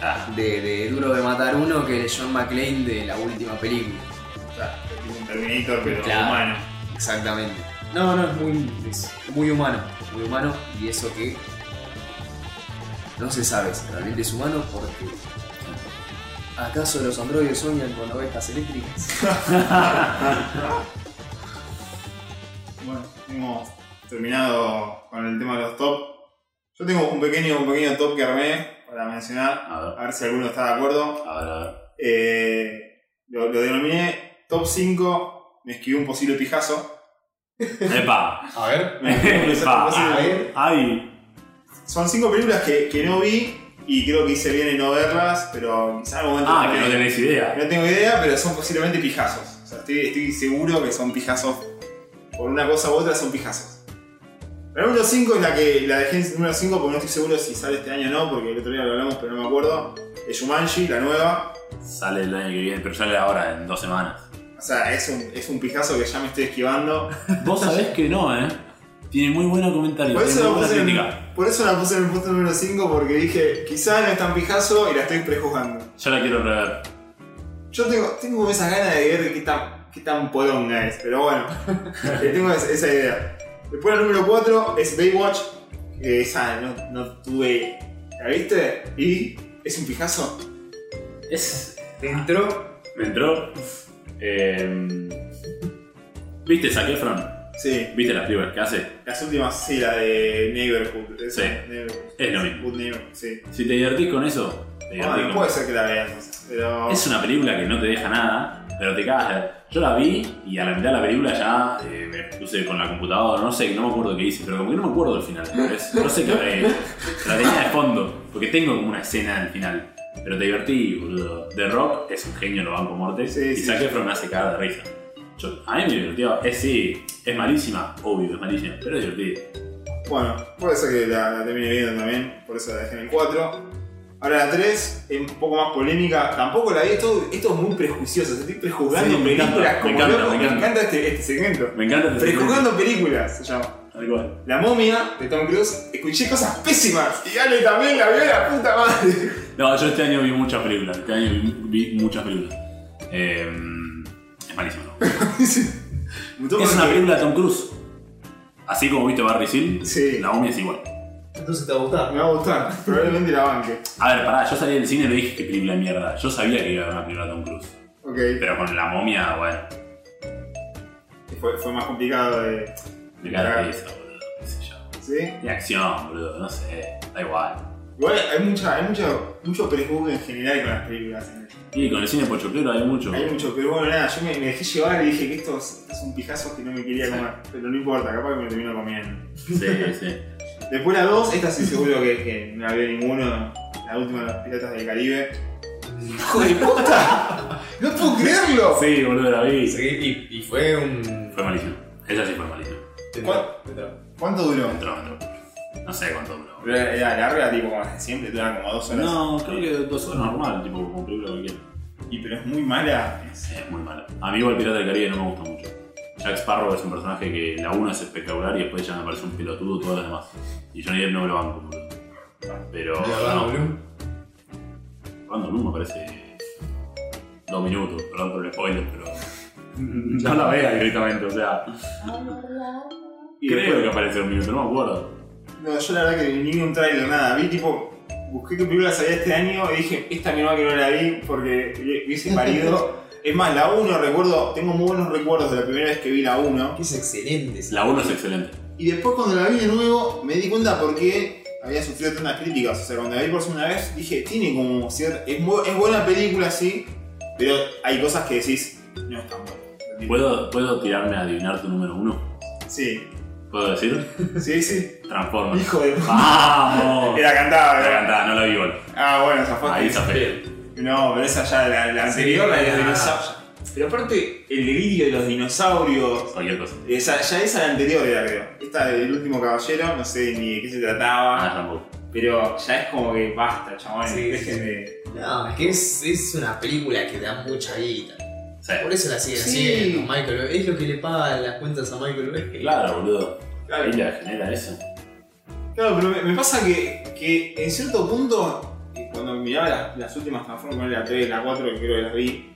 [SPEAKER 2] Ah.
[SPEAKER 4] de, de Duro de Matar Uno que el John McClane de la última película.
[SPEAKER 1] Es tipo un Terminator, pero
[SPEAKER 4] Claro.
[SPEAKER 1] humano.
[SPEAKER 4] Exactamente. No, no, es muy, es muy humano. Muy humano y eso que. No se sabe si realmente es humano porque. ¿Acaso los androides soñan con ovejas eléctricas?
[SPEAKER 1] Bueno, hemos terminado con el tema de los top. Yo tengo un pequeño, un pequeño top que armé para mencionar.
[SPEAKER 2] A ver,
[SPEAKER 1] A ver si alguno está de acuerdo.
[SPEAKER 2] a ver, a ver.
[SPEAKER 1] Eh, lo, lo denominé top 5. Me esquivé un posible pijazo.
[SPEAKER 2] ¡Epa!
[SPEAKER 8] A ver.
[SPEAKER 1] Me esquivé un posible-
[SPEAKER 2] Epa.
[SPEAKER 1] posible-
[SPEAKER 2] ¡Ay!
[SPEAKER 1] Son cinco películas que, que no vi y creo que hice bien en no verlas, pero quizá en algún momento.
[SPEAKER 2] Ah,
[SPEAKER 1] me-
[SPEAKER 2] que no tenés idea.
[SPEAKER 1] no tengo idea, pero son posiblemente pijazos. O sea, estoy, estoy seguro que son pijazos. Por una cosa u otra son pijazos. La número 5 es la que la dejé en número 5 porque no estoy seguro si sale este año o no, porque el otro día lo hablamos pero no me acuerdo. Es Shumanji, la nueva.
[SPEAKER 2] Sale el año que viene, pero sale ahora, en dos semanas.
[SPEAKER 1] O sea, es un, es un pijazo que ya me estoy esquivando.
[SPEAKER 2] Vos sabés que no, ¿eh? Tiene muy buenos comentarios,
[SPEAKER 1] Por
[SPEAKER 2] tiene
[SPEAKER 1] eso,
[SPEAKER 2] muy
[SPEAKER 1] la
[SPEAKER 2] buena
[SPEAKER 1] puse en,
[SPEAKER 2] crítica.
[SPEAKER 1] por eso la puse en el puesto número 5 porque dije, quizá no es tan pijazo y la estoy prejuzgando.
[SPEAKER 2] Yo la quiero rever.
[SPEAKER 1] Yo tengo, tengo como esa gana de ver qué tan, qué tan podonga es, pero bueno, le tengo es- esa idea. Después la número 4 es Baywatch, que esa no, no tuve... ¿La viste? Y es un pijazo.
[SPEAKER 2] Es.
[SPEAKER 4] Entró.
[SPEAKER 2] Me entró. Em, ¿Viste Zac Efron?
[SPEAKER 1] Sí,
[SPEAKER 2] ¿Viste las películas que hace?
[SPEAKER 1] las últimas, sí, la de Neighborhood. esa,
[SPEAKER 2] Sí,
[SPEAKER 1] Neighborhood.
[SPEAKER 2] es lo mismo.
[SPEAKER 1] Good Neighbor, sí.
[SPEAKER 2] Si te divertís con eso, te divertís
[SPEAKER 1] Bueno,
[SPEAKER 2] con-
[SPEAKER 1] puede ser que la veas, pero...
[SPEAKER 2] Es una película que no te deja nada, pero te cagas. de ver. Yo la vi y a la mitad de la película ya eh, me puse con la computadora, no sé, no me acuerdo qué hice, pero como que no me acuerdo el final. ¿sabes? No sé qué habré hecho. La tenía de fondo, porque tengo como una escena del final. Pero te divertí, boludo. The Rock es un genio, lo banco morte.
[SPEAKER 1] Sí,
[SPEAKER 2] y
[SPEAKER 1] sí,
[SPEAKER 2] Zac
[SPEAKER 1] sí.
[SPEAKER 2] Efron me hace cagar de risa. Yo- a mí me divertió. Es sí, es malísima, obvio, es malísima, pero es divertida.
[SPEAKER 1] Bueno, puede ser que la, la termine viendo también, por eso la dejé en el 4. Ahora la 3, es un poco más polémica, tampoco la vi, esto, esto es muy prejuicioso, estoy prejuzgando
[SPEAKER 2] Sí, me
[SPEAKER 1] películas
[SPEAKER 2] encanta,
[SPEAKER 1] como
[SPEAKER 2] me encanta,
[SPEAKER 1] loco,
[SPEAKER 2] me
[SPEAKER 1] me
[SPEAKER 2] encanta.
[SPEAKER 1] encanta este, este segmento.
[SPEAKER 2] Me encanta este
[SPEAKER 1] Prejuzgando películas se llama.
[SPEAKER 2] Tal cual.
[SPEAKER 1] La momia de Tom Cruise, escuché cosas pésimas. Y Ale también la vio la puta madre.
[SPEAKER 2] No, yo este año vi muchas películas. Este año vi, vi muchas películas. Eh, es malísimo.
[SPEAKER 1] Mutó
[SPEAKER 2] Es una
[SPEAKER 1] porque-
[SPEAKER 2] película de Tom Cruise. Así como viste Barry Seal,
[SPEAKER 1] Sí.
[SPEAKER 2] la momia es igual.
[SPEAKER 9] Entonces te va a gustar.
[SPEAKER 1] Me va a gustar, probablemente la banque.
[SPEAKER 2] A ver, pará, yo salí del cine y le dije que película de mierda. Yo sabía que iba a haber una película de Tom Cruise.
[SPEAKER 1] Ok.
[SPEAKER 2] Pero con la momia, bueno,
[SPEAKER 1] Fue, fue más complicado de.
[SPEAKER 2] me cae
[SPEAKER 1] Claro.
[SPEAKER 2] la cabeza, boludo. Qué sé yo.
[SPEAKER 1] ¿Sí?
[SPEAKER 2] Y acción, boludo, no sé. Da igual.
[SPEAKER 1] Igual hay mucha, hay mucho, mucho prejuicio en general con las películas. ¿eh?
[SPEAKER 2] Y con el cine pochoclero hay mucho.
[SPEAKER 1] Hay mucho, pero bueno, nada, yo me, me dejé llevar y dije que esto es, esto es un pijazo que no me quería
[SPEAKER 2] Sí.
[SPEAKER 1] comer. Pero no importa, capaz que me lo termino comiendo.
[SPEAKER 2] Sí, sí.
[SPEAKER 1] Después la 2, esta sí seguro que, que no la vio ninguno. La última de los piratas del Caribe.
[SPEAKER 10] ¡Hijo de puta!
[SPEAKER 1] ¡No puedo creerlo!
[SPEAKER 2] Sí, boludo, la vi.
[SPEAKER 4] Sí, y, y fue un.
[SPEAKER 2] Fue malísimo. Esa sí fue malísima.
[SPEAKER 1] ¿Cuál? ¿Cuánto duró?
[SPEAKER 2] Entró, entró. No sé cuánto duró.
[SPEAKER 1] Pero Era, era larga, tipo como las de siempre, dura como dos horas.
[SPEAKER 2] No, creo que dos horas normal, tipo como película cualquiera.
[SPEAKER 1] Y pero es muy mala. Es-
[SPEAKER 2] Es Eh, muy mala. A mí igual Pirata del Caribe no me gusta mucho. Jack Sparrow es un personaje que la una es espectacular y después ya me parece un pelotudo todas las demás. Y Johnny Depp no me lo banco, boludo. Pero. no. Orlando Bloom me parece. Dos minutos, perdón por el spoiler, pero. No la vea directamente, o sea.
[SPEAKER 1] y
[SPEAKER 2] Creo
[SPEAKER 1] después-
[SPEAKER 2] que aparece un minuto, no me acuerdo.
[SPEAKER 1] No, yo la verdad que ni vi un trailer, nada. Vi tipo, busqué qué película salía este año y dije, esta mierda que no la vi porque vi- hubiese parido. es más, la 1 recuerdo, tengo muy buenos recuerdos de la primera vez que vi la 1.
[SPEAKER 4] que es excelente. esa.
[SPEAKER 2] La 1 es excelente.
[SPEAKER 1] Y después cuando la vi de nuevo me di cuenta por qué había sufrido tantas críticas. O sea, cuando la vi por segunda vez dije, tiene como cierta... Es, bu- es buena película, sí, pero hay cosas que decís, no es tan buena.
[SPEAKER 2] ¿Puedo, ¿Puedo tirarme a adivinar tu número uno?
[SPEAKER 1] Sí,
[SPEAKER 2] ¿Puedo decir?
[SPEAKER 1] sí, sí.
[SPEAKER 2] Transformers.
[SPEAKER 1] Hijo de... p-
[SPEAKER 2] ¡Vamos!
[SPEAKER 1] Era cantada,
[SPEAKER 2] La
[SPEAKER 1] ¿verdad?
[SPEAKER 2] cantada, no la vi igual.
[SPEAKER 1] Ah, bueno, zafaste.
[SPEAKER 2] Ahí zafé.
[SPEAKER 1] No, pero esa ya, la, la anterior, la de los
[SPEAKER 4] la-
[SPEAKER 1] dinosaurios. Pero aparte, el delirio de los dinosaurios.
[SPEAKER 2] Cualquier cosa.
[SPEAKER 1] Esa, ya esa la anterior era, creo. Esta del último caballero, no sé ni de qué se
[SPEAKER 2] Ah,
[SPEAKER 1] trataba.
[SPEAKER 2] tampoco.
[SPEAKER 1] Pero ya es como que basta, chavales.
[SPEAKER 4] Sí,
[SPEAKER 1] dejen
[SPEAKER 4] sí.
[SPEAKER 1] de-
[SPEAKER 4] No, es que es, es una película que da mucha guita.
[SPEAKER 2] Sí.
[SPEAKER 4] Por eso la siguen
[SPEAKER 1] Sí.
[SPEAKER 4] haciendo. Michael Bay. Es lo que le paga las cuentas a Michael Bay.
[SPEAKER 2] Claro, boludo.
[SPEAKER 1] Claro,
[SPEAKER 2] Ahí la genera eso.
[SPEAKER 1] claro, pero me, me pasa que, que en cierto punto, eh, cuando miraba las, las últimas Transformers, la 3, la 4, que creo que las vi,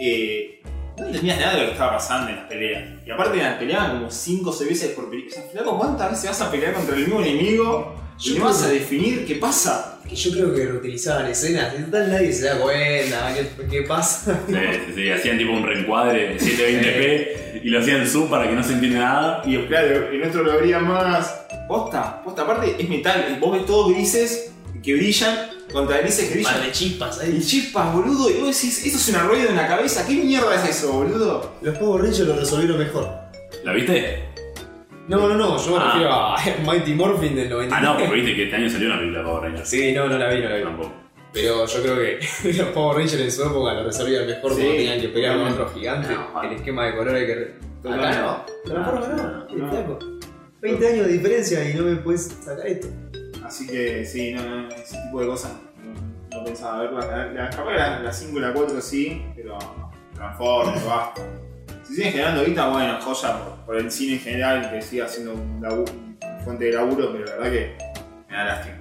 [SPEAKER 1] eh, no entendías nada de lo que estaba pasando en las peleas. Y aparte las peleaban como 5 o 6 veces por pelea. O sea, flaco, ¿cuántas veces vas a pelear contra el mismo enemigo?
[SPEAKER 4] Yo
[SPEAKER 1] Y no
[SPEAKER 4] creo
[SPEAKER 1] vas a
[SPEAKER 4] que-
[SPEAKER 1] definir qué pasa.
[SPEAKER 4] que yo creo que reutilizaban escenas. En total nadie se da cuenta. ¿Qué, qué pasa?
[SPEAKER 2] Sí, sí, sí, hacían tipo un reencuadre 720p y lo hacían en zoom para que no se entienda nada.
[SPEAKER 1] Y claro, el otro lo habría más. Posta, posta, aparte es metal. Vos ves todos grises que brillan contra grises que
[SPEAKER 4] Par
[SPEAKER 1] brillan.
[SPEAKER 4] de chispas
[SPEAKER 1] Y
[SPEAKER 4] ahí.
[SPEAKER 1] chispas, boludo. Y vos decís, eso es una rueda en la cabeza. ¿Qué mierda es eso, boludo?
[SPEAKER 9] Los Power Rangers lo resolvieron mejor.
[SPEAKER 2] ¿La viste?
[SPEAKER 4] No, no, no. Yo me
[SPEAKER 2] Ah.
[SPEAKER 4] refiero a Mighty Morphin del 90.
[SPEAKER 2] Ah, no, porque viste que este año salió una película de Power Rangers.
[SPEAKER 4] Sí, no, no la vi, no la vi.
[SPEAKER 2] Tampoco.
[SPEAKER 4] Pero yo creo que los Power Rangers en su época lo resolvían mejor
[SPEAKER 1] Sí.
[SPEAKER 4] cuando tenían que pelear con otros gigantes.
[SPEAKER 2] No, vale.
[SPEAKER 4] el esquema de colores que. re- Acá no.
[SPEAKER 9] Transforma
[SPEAKER 2] no,
[SPEAKER 9] no,
[SPEAKER 1] Ah, no.
[SPEAKER 9] no. flaco. 20 años de diferencia y no me puedes sacar esto.
[SPEAKER 1] Así que sí, no, no, ese tipo de cosas. no- No pensaba verlas. La, la, capaz que la, la 5 y la 4 sí, pero no. Transformers, basta. Si siguen generando guita, bueno, joya por, por el cine en general, que siga siendo un labu- una fuente de laburo, pero la verdad que me da lástima.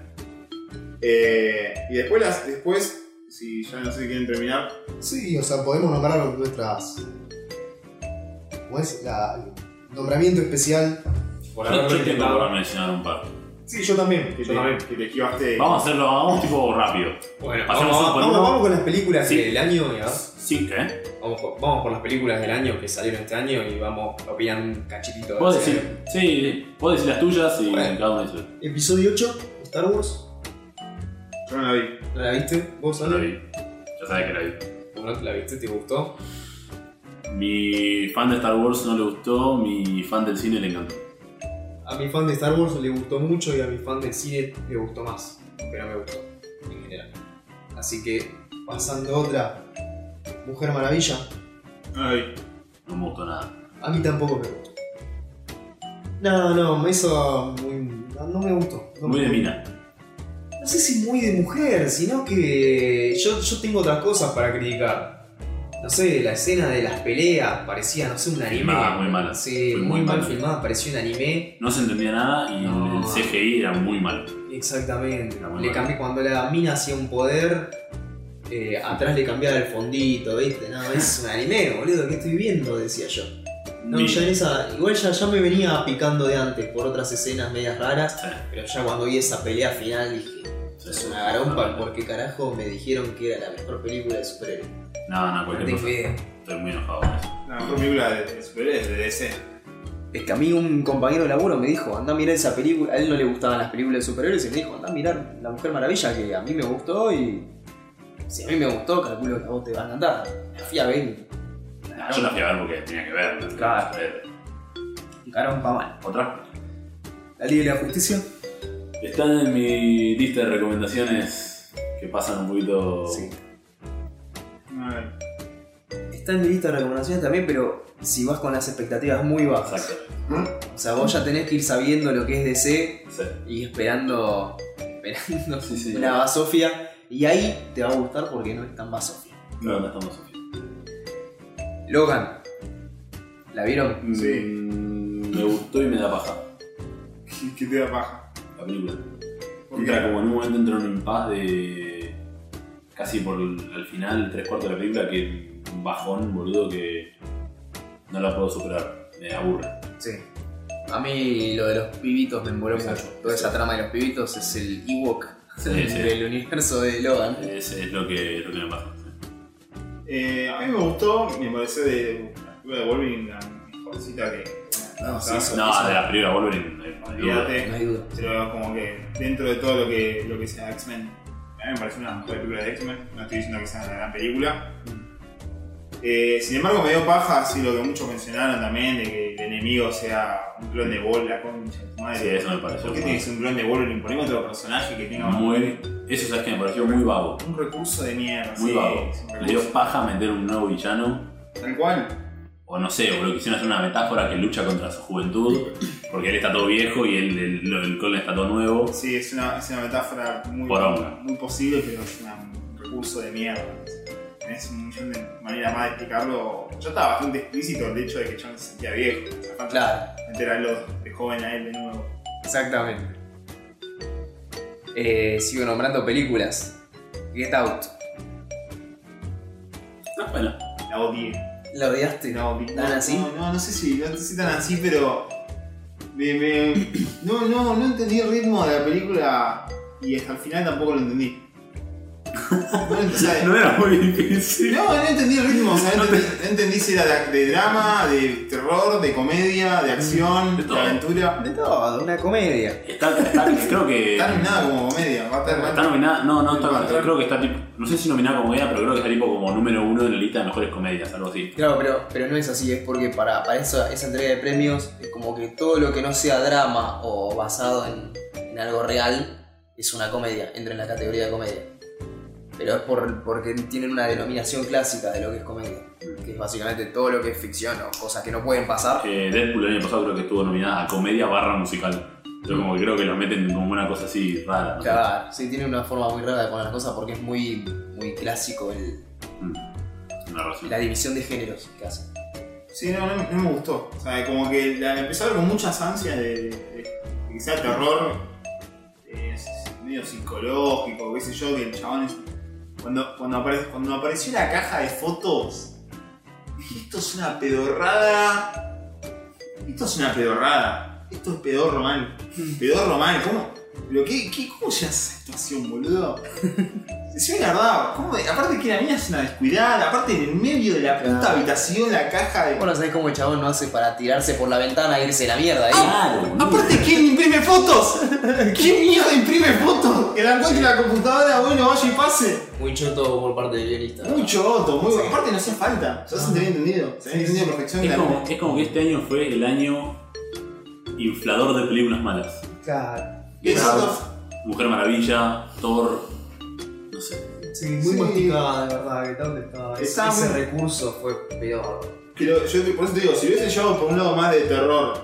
[SPEAKER 1] Eh, y después, las, después, si ya no sé si quieren terminar,
[SPEAKER 9] Sí, o sea, podemos nombrar nuestras. ¿Cómo es? La, nombramiento especial.
[SPEAKER 4] Por
[SPEAKER 2] Yo, yo tengo para mencionar un par.
[SPEAKER 9] Sí, yo también.
[SPEAKER 1] que
[SPEAKER 9] Yo
[SPEAKER 1] te,
[SPEAKER 9] también.
[SPEAKER 1] que te esquivaste.
[SPEAKER 2] Vamos a hacerlo, vamos tipo rápido.
[SPEAKER 4] Bueno,
[SPEAKER 2] Pasemos
[SPEAKER 4] vamos,
[SPEAKER 2] un por
[SPEAKER 4] vamos-
[SPEAKER 2] uno.
[SPEAKER 4] vamos con las películas
[SPEAKER 2] Sí.
[SPEAKER 4] del año y a ver.
[SPEAKER 2] Sí, ¿eh?
[SPEAKER 4] Vamos por, vamos por las películas del año que salieron este año y vamos opinando un cachitito de
[SPEAKER 2] Vos
[SPEAKER 4] ese
[SPEAKER 2] decís,
[SPEAKER 4] año.
[SPEAKER 2] sí, sí, vos decís las tuyas y
[SPEAKER 4] Bueno.
[SPEAKER 2] cada uno dice.
[SPEAKER 9] Episodio 8, Star Wars.
[SPEAKER 1] Yo no la vi.
[SPEAKER 4] ¿No la viste? ¿Vos
[SPEAKER 2] Yo la
[SPEAKER 4] Ale?
[SPEAKER 2] vi. Ya sabes que la vi.
[SPEAKER 4] ¿Cómo no te la viste? ¿Te gustó?
[SPEAKER 2] Mi fan de Star Wars no le gustó, mi fan del cine le encantó.
[SPEAKER 4] A mi fan de Star Wars le gustó mucho y a mi fan del cine le gustó más. Pero me gustó, en general. Así que,
[SPEAKER 9] Pasando a otra. Mujer Maravilla.
[SPEAKER 1] No la vi.
[SPEAKER 2] No me gustó nada.
[SPEAKER 9] A mí tampoco me gustó. No, no, me hizo muy. No, no me gustó. No
[SPEAKER 2] Muy
[SPEAKER 9] me
[SPEAKER 2] de
[SPEAKER 9] gustó.
[SPEAKER 2] mina.
[SPEAKER 9] No sé si muy de mujer, sino que.
[SPEAKER 4] eh, yo, yo tengo otras cosas para criticar.
[SPEAKER 3] No sé, la escena de las peleas parecía, no sé, un anime.
[SPEAKER 2] Filmada, muy mala.
[SPEAKER 3] Sí,
[SPEAKER 2] Fue
[SPEAKER 3] muy,
[SPEAKER 2] muy
[SPEAKER 3] mal
[SPEAKER 2] mala.
[SPEAKER 3] filmada, parecía un anime.
[SPEAKER 2] No se entendía nada y
[SPEAKER 3] No.
[SPEAKER 2] el CGI era muy malo.
[SPEAKER 3] Exactamente.
[SPEAKER 2] Era muy
[SPEAKER 3] Le
[SPEAKER 2] mala.
[SPEAKER 3] cambié cuando la mina hacía un poder. eh, atrás le cambiaba el fondito, ¿viste? No, es un anime, boludo, ¿qué estoy viendo? Decía yo. No,
[SPEAKER 2] Bien.
[SPEAKER 3] ya en esa. Igual ya, ya me venía picando de antes por otras escenas medias raras,
[SPEAKER 2] Sí.
[SPEAKER 3] pero ya cuando vi esa pelea final dije,
[SPEAKER 2] Sí,
[SPEAKER 3] es
[SPEAKER 2] sí.
[SPEAKER 3] una garompa porque carajo me dijeron que era la mejor película de superhéroes.
[SPEAKER 2] No, no, cualquier
[SPEAKER 4] Tengo
[SPEAKER 2] cosa.
[SPEAKER 4] idea.
[SPEAKER 2] Estoy muy enojado con eso.
[SPEAKER 1] La mejor película de, de superhéroes de DC.
[SPEAKER 4] Es que a mí un compañero de laburo me dijo, anda a mirar esa película. A él no le gustaban las películas de superhéroes y me dijo, anda a mirar La Mujer Maravilla, que a mí me gustó y. Si a mí me gustó, calculo que a vos te va a encantar. La fui a ver y.
[SPEAKER 2] Nah, Yo la fui a ver porque tenía que ver.
[SPEAKER 4] Claro.
[SPEAKER 2] Ver.
[SPEAKER 4] Cagaron pa' mal.
[SPEAKER 2] Otra.
[SPEAKER 4] La Liga de la Justicia.
[SPEAKER 2] Están en mi lista de recomendaciones que pasan un poquito.
[SPEAKER 4] Sí.
[SPEAKER 1] A ver.
[SPEAKER 4] Está en mi lista de recomendaciones también, pero si vas con las expectativas muy bajas.
[SPEAKER 2] Exacto.
[SPEAKER 4] O sea, vos ya tenés que ir sabiendo lo que es DC
[SPEAKER 2] Sí.
[SPEAKER 4] y esperando. esperando
[SPEAKER 2] Sí, sí.
[SPEAKER 4] una basofia. Y ahí te va a gustar porque no es tan basofia.
[SPEAKER 2] No, no estamos Sofía.
[SPEAKER 4] Logan. ¿La vieron?
[SPEAKER 1] Sí.
[SPEAKER 2] Mm, Me gustó y me da paja
[SPEAKER 1] ¿Qué, qué te da paja?
[SPEAKER 2] la película.
[SPEAKER 1] ¿Por
[SPEAKER 2] Entra
[SPEAKER 1] qué?
[SPEAKER 2] como en un momento entra en un impas de. casi por el al final, tres cuartos de la película, que un bajón, boludo, que no la puedo superar. Me aburre.
[SPEAKER 4] Sí. A mí lo de los pibitos me envoló mucho.
[SPEAKER 2] Exacto.
[SPEAKER 4] Toda esa trama de los pibitos es el Ewok
[SPEAKER 2] Sí, sí.
[SPEAKER 4] del universo de Logan.
[SPEAKER 2] Ese es lo que, lo que me pasa.
[SPEAKER 1] Eh, a mí me gustó, me parece de la película de Wolverine la mejorcita que.
[SPEAKER 4] No,
[SPEAKER 1] o
[SPEAKER 4] sí,
[SPEAKER 1] sea,
[SPEAKER 4] sí.
[SPEAKER 2] No, de la primera Wolverine. eh,
[SPEAKER 1] olvídate.
[SPEAKER 4] No hay duda.
[SPEAKER 1] Pero como que dentro de todo lo que, lo que sea X-Men, a mí me parece una mejor película de X-Men, no estoy diciendo que sea una gran película. Eh, sin embargo, me dio paja así lo que muchos mencionaron también, de que el enemigo sea un clon de Wolverine, la concha de tu madre.
[SPEAKER 2] Sí, eso me pareció
[SPEAKER 1] ¿Por qué
[SPEAKER 2] mal.
[SPEAKER 1] tiene que ser un clon de Wolverine? Poneme otro personaje que tenga
[SPEAKER 2] Muy, eso sabes que me pareció muy vago.
[SPEAKER 1] un recurso de mierda.
[SPEAKER 2] Muy
[SPEAKER 1] sí,
[SPEAKER 2] vago.
[SPEAKER 1] es un
[SPEAKER 2] Le dio
[SPEAKER 1] recurso.
[SPEAKER 2] paja meter un nuevo villano.
[SPEAKER 1] Tal cual.
[SPEAKER 2] O no sé, o lo quisieron hacer una metáfora que lucha contra su juventud. Porque él está todo viejo y él, el, el, Colin está todo nuevo.
[SPEAKER 1] Sí, es una, es una metáfora muy,
[SPEAKER 2] Poronga.
[SPEAKER 1] muy posible, pero es una- un recurso de mierda. Tenés un millón de maneras más de explicarlo. Ya estaba bastante explícito el hecho de que John se sentía viejo. O sea, falta
[SPEAKER 4] Claro,
[SPEAKER 1] meter a los de joven a él de nuevo.
[SPEAKER 4] exactamente. Eh, sigo nombrando películas. Get Out.
[SPEAKER 2] Ah, bueno.
[SPEAKER 1] La odié.
[SPEAKER 4] ¿La odiaste?
[SPEAKER 1] La odié.
[SPEAKER 4] ¿Tan así?
[SPEAKER 1] No, no, no sé si, no sé si tan así, pero. me- me- no, no, no entendí el ritmo de la película y hasta el final tampoco lo entendí. No, o sea,
[SPEAKER 2] No era muy difícil.
[SPEAKER 1] No, no entendí el ritmo, o sea, no entendí, no entendí si era de, de drama, de terror, de comedia, de acción,
[SPEAKER 2] De
[SPEAKER 1] de,
[SPEAKER 2] todo.
[SPEAKER 1] aventura.
[SPEAKER 4] De todo, una comedia.
[SPEAKER 2] Está, está- creo que.
[SPEAKER 1] Está nominada como comedia, va a estar- va a
[SPEAKER 2] Eh, Está
[SPEAKER 1] estar-
[SPEAKER 2] nominada, no, no, está,
[SPEAKER 1] Encontrar-
[SPEAKER 2] creo que está tipo, no sé si nominada como comedia, pero creo que está tipo como número uno en la lista de mejores comedias, algo así.
[SPEAKER 4] Claro, pero, pero no es así, es porque para, para esa, esa entrega de premios es como que todo lo que no sea drama o basado en, en algo real es una comedia, entra en la categoría de comedia. Pero es por, porque tienen una denominación clásica de lo que es comedia, que es básicamente todo lo que es ficción o cosas que no pueden pasar.
[SPEAKER 2] Eh, Deadpool el año pasado creo que estuvo nominada a comedia barra musical. Yo como que creo que lo meten como una cosa así rara. ¿no?
[SPEAKER 4] Claro, sí, tiene una forma muy rara de poner las cosas porque es muy, muy clásico el-
[SPEAKER 2] Mm. Una razón.
[SPEAKER 4] la división de géneros que hacen.
[SPEAKER 1] Sí, no, no, no me gustó. O sea, como que la empecé a ver con muchas ansias de, de- de que sea terror, eh, es- es medio psicológico, qué sé yo, que el chabón es. Cuando, cuando, apare- cuando apareció la caja de fotos, dije, esto es una pedorrada. Esto es una pedorrada. Esto es pedorro mal. Pedorro mal, ¿cómo? Pero qué, qué, ¿Cómo llegas a esa situación, boludo? Decime la verdad, ¿cómo de- aparte que la mina es una descuidada, aparte en el medio de la puta
[SPEAKER 4] Claro.
[SPEAKER 1] habitación, la caja de.
[SPEAKER 4] Bueno, ¿sabés cómo el chabón no hace para tirarse por la ventana e irse a la mierda ahí?
[SPEAKER 2] Claro, boludo.
[SPEAKER 1] Aparte, ¿quién imprime fotos? ¿Quién mierda imprime fotos? Que la encuentre en la computadora, bueno, vaya y pase.
[SPEAKER 3] Muy choto por parte del guionista.
[SPEAKER 1] Mucho otro, muy
[SPEAKER 3] Sí.
[SPEAKER 1] Aparte, no hacía falta. Se has entendido. Se había entendido a perfección
[SPEAKER 2] es,
[SPEAKER 1] la
[SPEAKER 2] como, es como que este año fue el año inflador de películas malas.
[SPEAKER 5] Claro.
[SPEAKER 1] Get
[SPEAKER 2] Bravo.
[SPEAKER 1] Out of-
[SPEAKER 2] Mujer Maravilla, Thor, no sé.
[SPEAKER 5] Sí, muy
[SPEAKER 1] Sí.
[SPEAKER 5] masticada, de verdad, que tal estaba.
[SPEAKER 1] Está
[SPEAKER 4] Ese
[SPEAKER 1] muy-
[SPEAKER 4] recurso fue peor.
[SPEAKER 1] Pero yo te- por eso te digo, si hubiese llevado por un lado más de terror,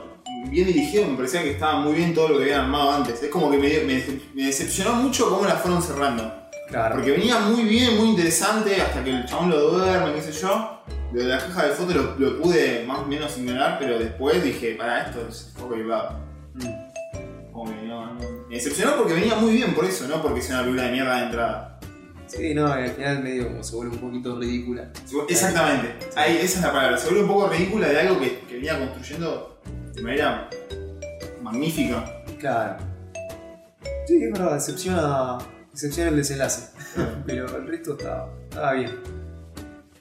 [SPEAKER 1] bien dirigido, me parecía que estaba muy bien todo lo que habían armado antes. Es como que me, dio- me, decep- me decepcionó mucho cómo la fueron cerrando.
[SPEAKER 4] Claro.
[SPEAKER 1] Porque venía muy bien, muy interesante, hasta que el chabón lo duerme, qué sé yo. Lo de la caja de fotos lo, lo pude más o menos ignorar, pero después dije, para esto es poco privado.
[SPEAKER 4] Mm.
[SPEAKER 1] Como que no, no. Me decepcionó porque venía muy bien por eso, ¿no? Porque es una película de mierda de entrada.
[SPEAKER 4] Sí, no, al final medio como se vuelve un poquito ridícula.
[SPEAKER 1] Exactamente, ahí, esa es la palabra. Se vuelve un poco ridícula de algo que, que venía construyendo de manera magnífica.
[SPEAKER 4] Claro. Sí, es verdad, decepciona, decepciona el desenlace. Pero el resto estaba, estaba bien.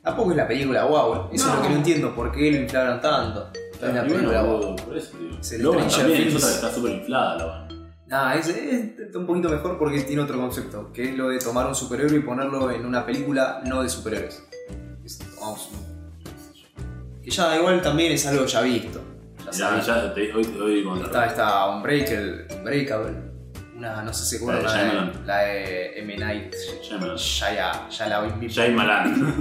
[SPEAKER 4] Tampoco es la película, wow. Eso es
[SPEAKER 1] No.
[SPEAKER 4] lo que no entiendo, ¿por qué lo inflaron tanto? Es
[SPEAKER 2] Claro,
[SPEAKER 4] una
[SPEAKER 2] y bueno,
[SPEAKER 4] película, wow.
[SPEAKER 2] boludo, por eso, digo.
[SPEAKER 4] Es el
[SPEAKER 2] Logan
[SPEAKER 4] Stranger
[SPEAKER 2] también, es
[SPEAKER 4] Things.
[SPEAKER 2] otra que está súper inflada, Logan.
[SPEAKER 4] Nah, Ah, es, es- está un poquito mejor porque tiene otro concepto, que es lo de tomar un superhéroe y ponerlo en una película no de superhéroes. Es- vamos, un- Que ya igual también es algo ya visto. Ya
[SPEAKER 2] Ya,
[SPEAKER 4] sabes.
[SPEAKER 2] ya, te, hoy, hoy cuando-
[SPEAKER 4] Está esta Unbreakable, Unbreakable, una, no sé si se acuerdan,
[SPEAKER 2] La
[SPEAKER 4] la,
[SPEAKER 2] de
[SPEAKER 4] de,
[SPEAKER 2] Shyamalan.
[SPEAKER 4] la de M. Night,
[SPEAKER 2] Shyamalan.
[SPEAKER 4] ya, ya, ya la vi, ya,
[SPEAKER 2] Jay Malan,
[SPEAKER 4] la vi,
[SPEAKER 1] La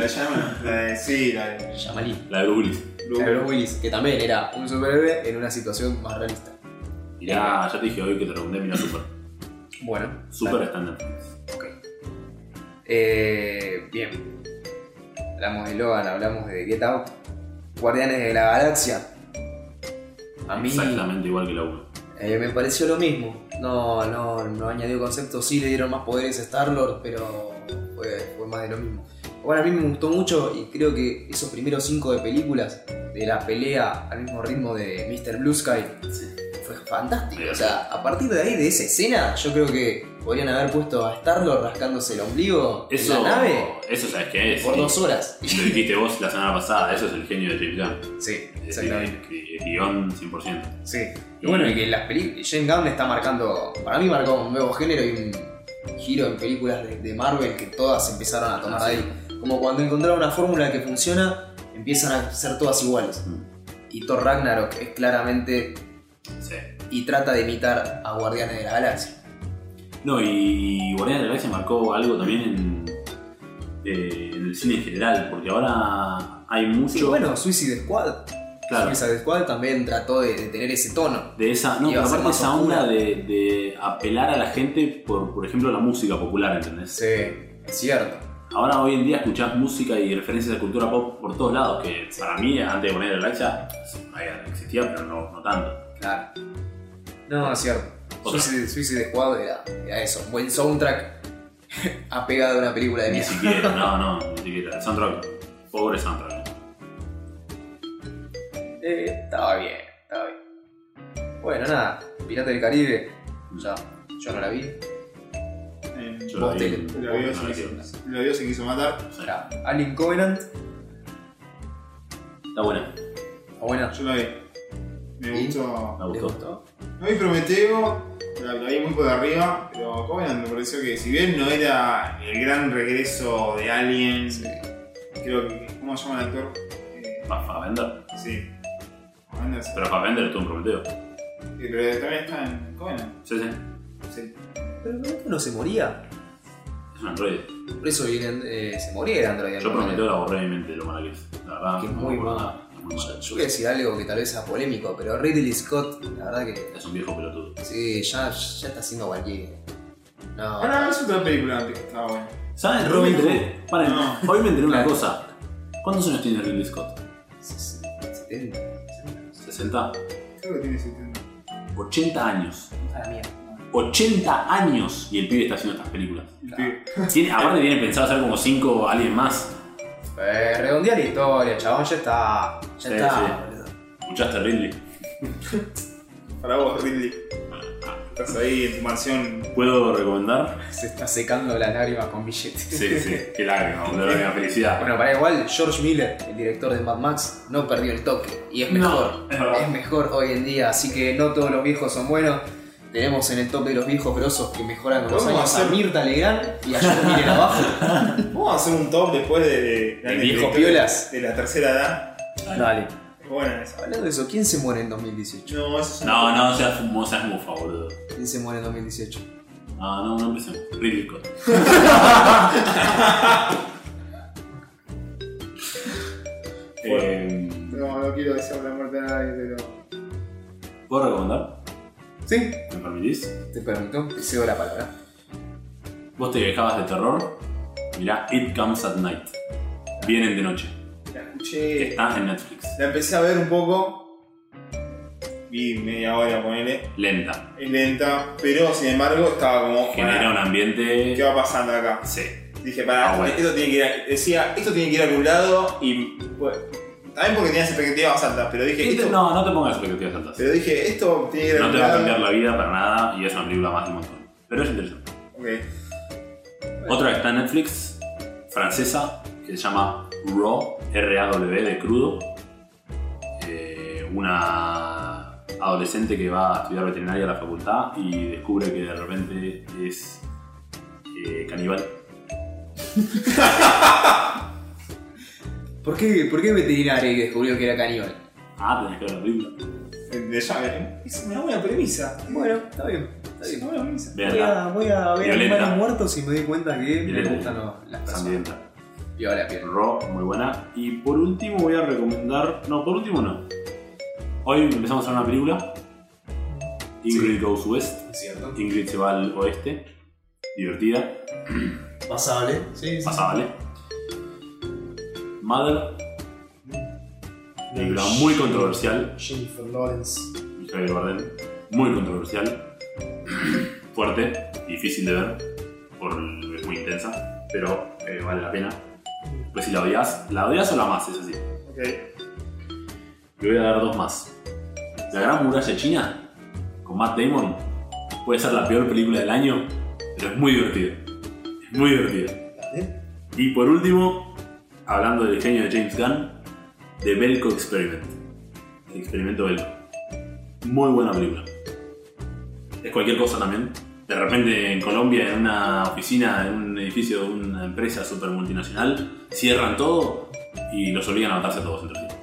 [SPEAKER 1] de Shyamalan, la de- sí, la de
[SPEAKER 4] Yamalí.
[SPEAKER 2] la de Bruce.
[SPEAKER 4] Bruce Willis, que también era un superhéroe en una situación más realista. Eh.
[SPEAKER 2] Mirá, ya te dije hoy que te lo pregunté, mira Super.
[SPEAKER 4] Bueno,
[SPEAKER 2] Super estándar.
[SPEAKER 4] Ok. Eh, bien. Hablamos de Logan, hablamos de Get Out. Guardianes de la Galaxia. A mí
[SPEAKER 2] Exactamente igual que la 1.
[SPEAKER 4] eh, me pareció lo mismo. No, no, no añadió conceptos. Sí le dieron más poderes a Star-Lord, pero fue, fue más de lo mismo. Bueno, a mí me gustó mucho y creo que esos primeros cinco de películas de la pelea al mismo ritmo de Mr. Blue Sky fue fantástico. O sea, a partir de ahí, de esa escena, yo creo que podrían haber puesto a Star-Lord rascándose el ombligo
[SPEAKER 2] Eso,
[SPEAKER 4] en la nave
[SPEAKER 2] eso sabes qué es.
[SPEAKER 4] por
[SPEAKER 2] sí.
[SPEAKER 4] dos horas.
[SPEAKER 2] Lo dijiste vos la semana pasada, eso es el genio de James Gunn.
[SPEAKER 4] Sí,
[SPEAKER 2] Es
[SPEAKER 4] exactamente.
[SPEAKER 2] el- el Guión 100%.
[SPEAKER 4] Sí. Y bueno, y que las películas. Jane Gunn está marcando. Para mí marcó un nuevo género y un giro en películas de, de Marvel que todas empezaron a tomar
[SPEAKER 2] Ah, sí.
[SPEAKER 4] ahí. Como cuando encontraron una fórmula que funciona, empiezan a ser todas iguales. Y Thor Ragnarok es claramente.
[SPEAKER 2] Sí.
[SPEAKER 4] y trata de imitar a Guardianes de la Galaxia.
[SPEAKER 2] No, y Guardián de la Galaxia marcó algo también en, eh, en el cine en general, porque ahora hay mucho.
[SPEAKER 4] Sí, bueno, Suicide Squad.
[SPEAKER 2] Claro.
[SPEAKER 4] Suicide Squad también trató de, de tener ese tono.
[SPEAKER 2] De esa, no, pero
[SPEAKER 4] Iba a ser
[SPEAKER 2] aparte
[SPEAKER 4] más
[SPEAKER 2] esa onda
[SPEAKER 4] oscura.
[SPEAKER 2] de, de apelar a la gente por, por ejemplo, la música popular, ¿entendés?
[SPEAKER 4] Sí, es cierto.
[SPEAKER 2] Ahora hoy en día escuchás música y referencias de cultura pop por todos lados, que para mí, antes de poner el Galaxia, había- existía, pero no, no tanto.
[SPEAKER 4] Claro. No, es cierto.
[SPEAKER 2] Otra.
[SPEAKER 4] Suicide, Suicide Squad era, era eso. Buen soundtrack apegado a una película de
[SPEAKER 2] Ni
[SPEAKER 4] mierda.
[SPEAKER 2] siquiera, no, no, ni siquiera. El soundtrack, pobre soundtrack.
[SPEAKER 4] Eh, estaba bien, estaba bien. Bueno, nada. Pirata del Caribe. Ya, yo no la vi.
[SPEAKER 1] eh,
[SPEAKER 2] Yo la
[SPEAKER 4] Vos
[SPEAKER 2] vi,
[SPEAKER 4] te-
[SPEAKER 1] la vio,
[SPEAKER 2] no
[SPEAKER 1] se
[SPEAKER 2] la
[SPEAKER 1] quiso-
[SPEAKER 2] quiero ver.
[SPEAKER 1] la vio, se quiso matar.
[SPEAKER 2] Sí.
[SPEAKER 4] Era Alien Covenant.
[SPEAKER 2] Está buena,
[SPEAKER 4] Está buena.
[SPEAKER 1] Yo la vi. Me
[SPEAKER 4] ¿Y?
[SPEAKER 1] gustó.
[SPEAKER 2] me
[SPEAKER 4] Ah, ¿Te
[SPEAKER 2] gustó.
[SPEAKER 4] gustó?
[SPEAKER 1] No vi Prometeo, la, la vi muy por arriba, pero Covenant me pareció que si bien no era el gran regreso de Alien,
[SPEAKER 4] Sí.
[SPEAKER 1] creo que. ¿Cómo se llama el actor? Eh,
[SPEAKER 2] Para Fassbender,
[SPEAKER 1] sí. Anderson.
[SPEAKER 2] pero Fassbender estuvo en Prometeo.
[SPEAKER 1] Sí, pero también está en Covenant.
[SPEAKER 2] Sí, sí,
[SPEAKER 1] Sí.
[SPEAKER 4] Pero Prometeo no se moría.
[SPEAKER 2] es un androide.
[SPEAKER 4] Por eso viene, eh, se moría el androide.
[SPEAKER 2] Yo Prometeo la borré de mi mente, lo mala que es. La verdad,
[SPEAKER 4] Que es
[SPEAKER 2] no
[SPEAKER 4] muy
[SPEAKER 2] me acuerdo
[SPEAKER 4] mala.
[SPEAKER 2] nada, es muy mala.
[SPEAKER 4] Yo voy a decir algo que tal vez sea polémico, pero Ridley Scott, la verdad que.
[SPEAKER 2] Es un viejo pelotudo.
[SPEAKER 4] Sí, ya, ya está haciendo cualquiera. No.
[SPEAKER 2] Ah,
[SPEAKER 1] Ahora es otra película antes que estaba buena.
[SPEAKER 2] ¿Saben? Hoy me
[SPEAKER 1] Robin
[SPEAKER 2] enteré. Paren,
[SPEAKER 1] No.
[SPEAKER 2] hoy me enteré una
[SPEAKER 4] Claro.
[SPEAKER 2] cosa. ¿Cuántos años tiene Ridley Scott?
[SPEAKER 4] 70.
[SPEAKER 2] ¿60?
[SPEAKER 1] Creo que tiene 70.
[SPEAKER 2] 80 años.
[SPEAKER 4] A la mierda.
[SPEAKER 2] 80 años y el pibe está haciendo estas películas.
[SPEAKER 1] El
[SPEAKER 4] Claro.
[SPEAKER 1] pibe.
[SPEAKER 2] Tiene, aparte tiene pensado hacer como 5 alguien más.
[SPEAKER 4] Eh, redondea la historia, chabón, ya está. Ya
[SPEAKER 2] Sí,
[SPEAKER 4] está.
[SPEAKER 2] sí.
[SPEAKER 4] boludo.
[SPEAKER 2] ¿Escuchaste Ridley?
[SPEAKER 1] Para vos, Ridley. Estás ahí en tu mansión.
[SPEAKER 2] ¿Puedo recomendar?
[SPEAKER 4] Se está secando las lágrimas con billetes.
[SPEAKER 2] Sí, sí. Qué lágrima, boludo. La felicidad.
[SPEAKER 4] Bueno, para igual, George Miller, el director de Mad Max, no perdió el toque. Y es
[SPEAKER 2] No,
[SPEAKER 4] mejor.
[SPEAKER 2] es verdad.
[SPEAKER 4] es mejor hoy en día, así que no todos los viejos son buenos. Tenemos en el top de los viejos grosos que mejoran con los
[SPEAKER 1] Vamos a
[SPEAKER 4] años a
[SPEAKER 1] hacer-
[SPEAKER 4] Mirta Legrand y a George Miller abajo.
[SPEAKER 1] Vamos a hacer un top después de. de, de-
[SPEAKER 4] ¿De
[SPEAKER 1] de-
[SPEAKER 4] viejos
[SPEAKER 1] de-
[SPEAKER 4] piolas?
[SPEAKER 1] De la tercera edad.
[SPEAKER 4] Dale.
[SPEAKER 1] Es buena esa.
[SPEAKER 4] Hablando de eso, ¿quién se muere en 2018?
[SPEAKER 1] No, eso es una-
[SPEAKER 2] No, no seas, no seas mufa, boludo.
[SPEAKER 4] ¿Quién se muere en 2018?
[SPEAKER 2] No, no, no empecemos. Ridley Scott. Eh, Eh,
[SPEAKER 1] No, no quiero desear la muerte a nadie, pero.
[SPEAKER 2] ¿Puedo recomendar?
[SPEAKER 4] Sí,
[SPEAKER 2] ¿Me permitís?
[SPEAKER 4] te permito, te cedo la palabra.
[SPEAKER 2] Vos te dejabas de terror. Mirá, It Comes at Night. Vienen de noche.
[SPEAKER 1] La
[SPEAKER 2] que
[SPEAKER 1] escuché.
[SPEAKER 2] Está en Netflix.
[SPEAKER 1] La empecé a ver un poco. Vi media hora, ponele.
[SPEAKER 2] Lenta.
[SPEAKER 1] Es lenta, pero sin embargo estaba como.
[SPEAKER 2] Genera un
[SPEAKER 1] pará, ¿Qué
[SPEAKER 2] ambiente.
[SPEAKER 1] va pasando acá?
[SPEAKER 2] Sí.
[SPEAKER 1] Dije, para,
[SPEAKER 2] Ah, bueno.
[SPEAKER 1] esto tiene que ir a, Decía, esto tiene que ir a algún lado y. Bueno, también porque tenía expectativas altas, pero dije,
[SPEAKER 5] Este
[SPEAKER 1] esto. Eh,
[SPEAKER 2] No, no te pongas expectativas altas.
[SPEAKER 1] Pero dije, esto tiene que ir a
[SPEAKER 2] No
[SPEAKER 1] algún
[SPEAKER 2] te va a
[SPEAKER 1] lado.
[SPEAKER 2] cambiar la vida para nada y es una película más de un montón. Pero es interesante.
[SPEAKER 1] Ok.
[SPEAKER 2] Otra que está en Netflix, francesa, que se llama Raw, R-A-W de crudo. Eh, una adolescente que va a estudiar veterinaria a la facultad y descubre que de repente es eh, caníbal.
[SPEAKER 4] ¿Por qué, por qué veterinario que descubrió que era caníbal?
[SPEAKER 2] Ah, tenés que ver la película.
[SPEAKER 1] De llave. Es una buena premisa.
[SPEAKER 4] Bueno, está bien. Está
[SPEAKER 1] Es
[SPEAKER 4] bien.
[SPEAKER 1] una buena premisa.
[SPEAKER 4] Voy
[SPEAKER 2] Veanla,
[SPEAKER 4] a, voy a ver
[SPEAKER 2] Violenta.
[SPEAKER 4] animales muertos y me doy cuenta que me
[SPEAKER 2] Violenta.
[SPEAKER 4] gustan los- las personas.
[SPEAKER 2] sangrienta.
[SPEAKER 4] Y ahora pierdo.
[SPEAKER 2] Raw, muy buena. Y por último voy a recomendar. No, por último no. Hoy empezamos a ver una película. Ingrid Goes West.
[SPEAKER 3] ¿Cierto?
[SPEAKER 2] Ingrid se va al oeste. Divertida,
[SPEAKER 3] Pasable. Sí, sí.
[SPEAKER 2] pasable. Mother, película muy controversial.
[SPEAKER 5] Jennifer Lawrence.
[SPEAKER 2] y Javier Bardem, Muy controversial. Fuerte, difícil de ver. Por, es muy intensa, pero eh, vale la pena. Pues si la odias, la odias o la amas, es así.
[SPEAKER 1] Ok.
[SPEAKER 2] Le voy a dar dos más. La Gran Muralla China, con Matt Damon, puede ser la peor película del año, pero es muy divertida. Es muy divertida.
[SPEAKER 5] Dale.
[SPEAKER 2] Y por último, hablando del genio de James Gunn, The Belko Experiment. El experimento Belko. Muy buena película. Es cualquier cosa también. De repente en Colombia, en una oficina, en un edificio de una empresa super multinacional, cierran todo y los obligan a matarse a todos entre sí.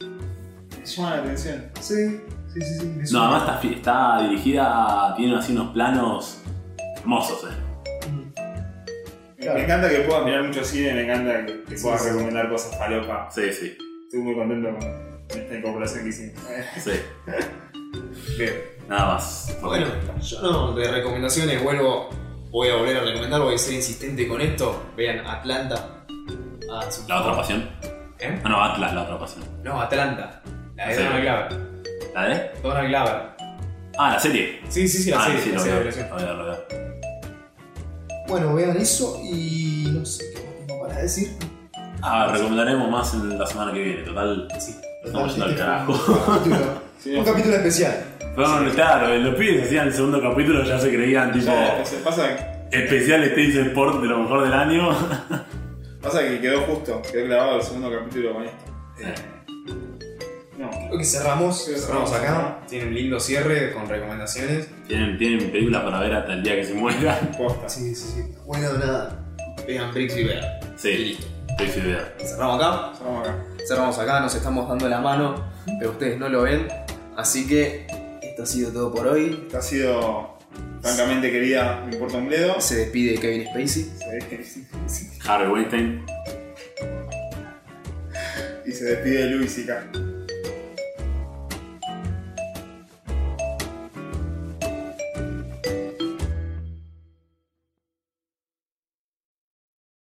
[SPEAKER 1] Me Llama la atención.
[SPEAKER 5] Sí, sí, sí, sí. me
[SPEAKER 2] No,
[SPEAKER 5] suena.
[SPEAKER 2] además está, fi- está dirigida, a- tiene así unos planos hermosos, eh.
[SPEAKER 1] Me-
[SPEAKER 5] Claro.
[SPEAKER 1] Me encanta que puedas mirar mucho cine, me encanta que, que
[SPEAKER 5] Sí,
[SPEAKER 1] puedas
[SPEAKER 5] sí.
[SPEAKER 1] recomendar cosas falopas.
[SPEAKER 2] Sí, sí,
[SPEAKER 1] Estoy muy contento con esta incorporación que hicimos.
[SPEAKER 5] Eh,
[SPEAKER 2] sí.
[SPEAKER 1] Bien.
[SPEAKER 2] Nada más. Por
[SPEAKER 3] Bueno,
[SPEAKER 2] mí.
[SPEAKER 3] yo no, de recomendaciones vuelvo, voy a volver a recomendar, voy a ser insistente con esto. Vean Atlanta. Ah, es un-
[SPEAKER 2] La otra pasión.
[SPEAKER 3] ¿Eh?
[SPEAKER 2] Ah, no, Atlas, la otra pasión.
[SPEAKER 3] No, Atlanta. La de
[SPEAKER 2] Sí.
[SPEAKER 3] Donald Glover.
[SPEAKER 2] ¿La de?
[SPEAKER 3] Donald Glover.
[SPEAKER 2] Ah, la serie.
[SPEAKER 3] Sí, sí, sí, la
[SPEAKER 2] ah,
[SPEAKER 3] serie.
[SPEAKER 2] sí,
[SPEAKER 3] la
[SPEAKER 2] lo
[SPEAKER 3] serie,
[SPEAKER 2] veo.
[SPEAKER 3] la serie.
[SPEAKER 2] Lo veo, lo veo.
[SPEAKER 5] Bueno, vean eso y no sé qué más tengo para decir.
[SPEAKER 2] Ah, recomendaremos más en la semana que viene, total.
[SPEAKER 5] Sí.
[SPEAKER 3] Ah,
[SPEAKER 2] lo Estamos yendo al carajo.
[SPEAKER 5] Un capítulo-
[SPEAKER 1] Sí,
[SPEAKER 5] Un capítulo especial.
[SPEAKER 2] Pero claro, eh, los pibes decían el segundo capítulo, ya se creían, tipo,
[SPEAKER 1] ya, o sea, pasa,
[SPEAKER 2] especial Stage Sport de lo mejor del año.
[SPEAKER 1] pasa que quedó justo, quedó clavado el segundo capítulo con esto. No.
[SPEAKER 5] Creo que cerramos.
[SPEAKER 3] Cerramos acá. Tiene un lindo cierre con recomendaciones.
[SPEAKER 2] tienen, tienen películas para ver hasta el día que se muera.
[SPEAKER 1] Posta.
[SPEAKER 5] Sí, sí, sí. Buena donada.
[SPEAKER 3] Vean Bricks y vean. Y
[SPEAKER 2] Sí,
[SPEAKER 3] listo.
[SPEAKER 2] estoy sin idea.
[SPEAKER 4] Cerramos acá.
[SPEAKER 1] Cerramos acá.
[SPEAKER 4] Cerramos acá, nos estamos dando la mano, pero ustedes no lo ven. Así que esto ha sido todo por hoy.
[SPEAKER 1] Esta ha sido, francamente querida, me importa un bledo.
[SPEAKER 4] Se despide Kevin Spacey.
[SPEAKER 1] Se despide-
[SPEAKER 2] Harry Weinstein.
[SPEAKER 1] Y se despide Luis y K.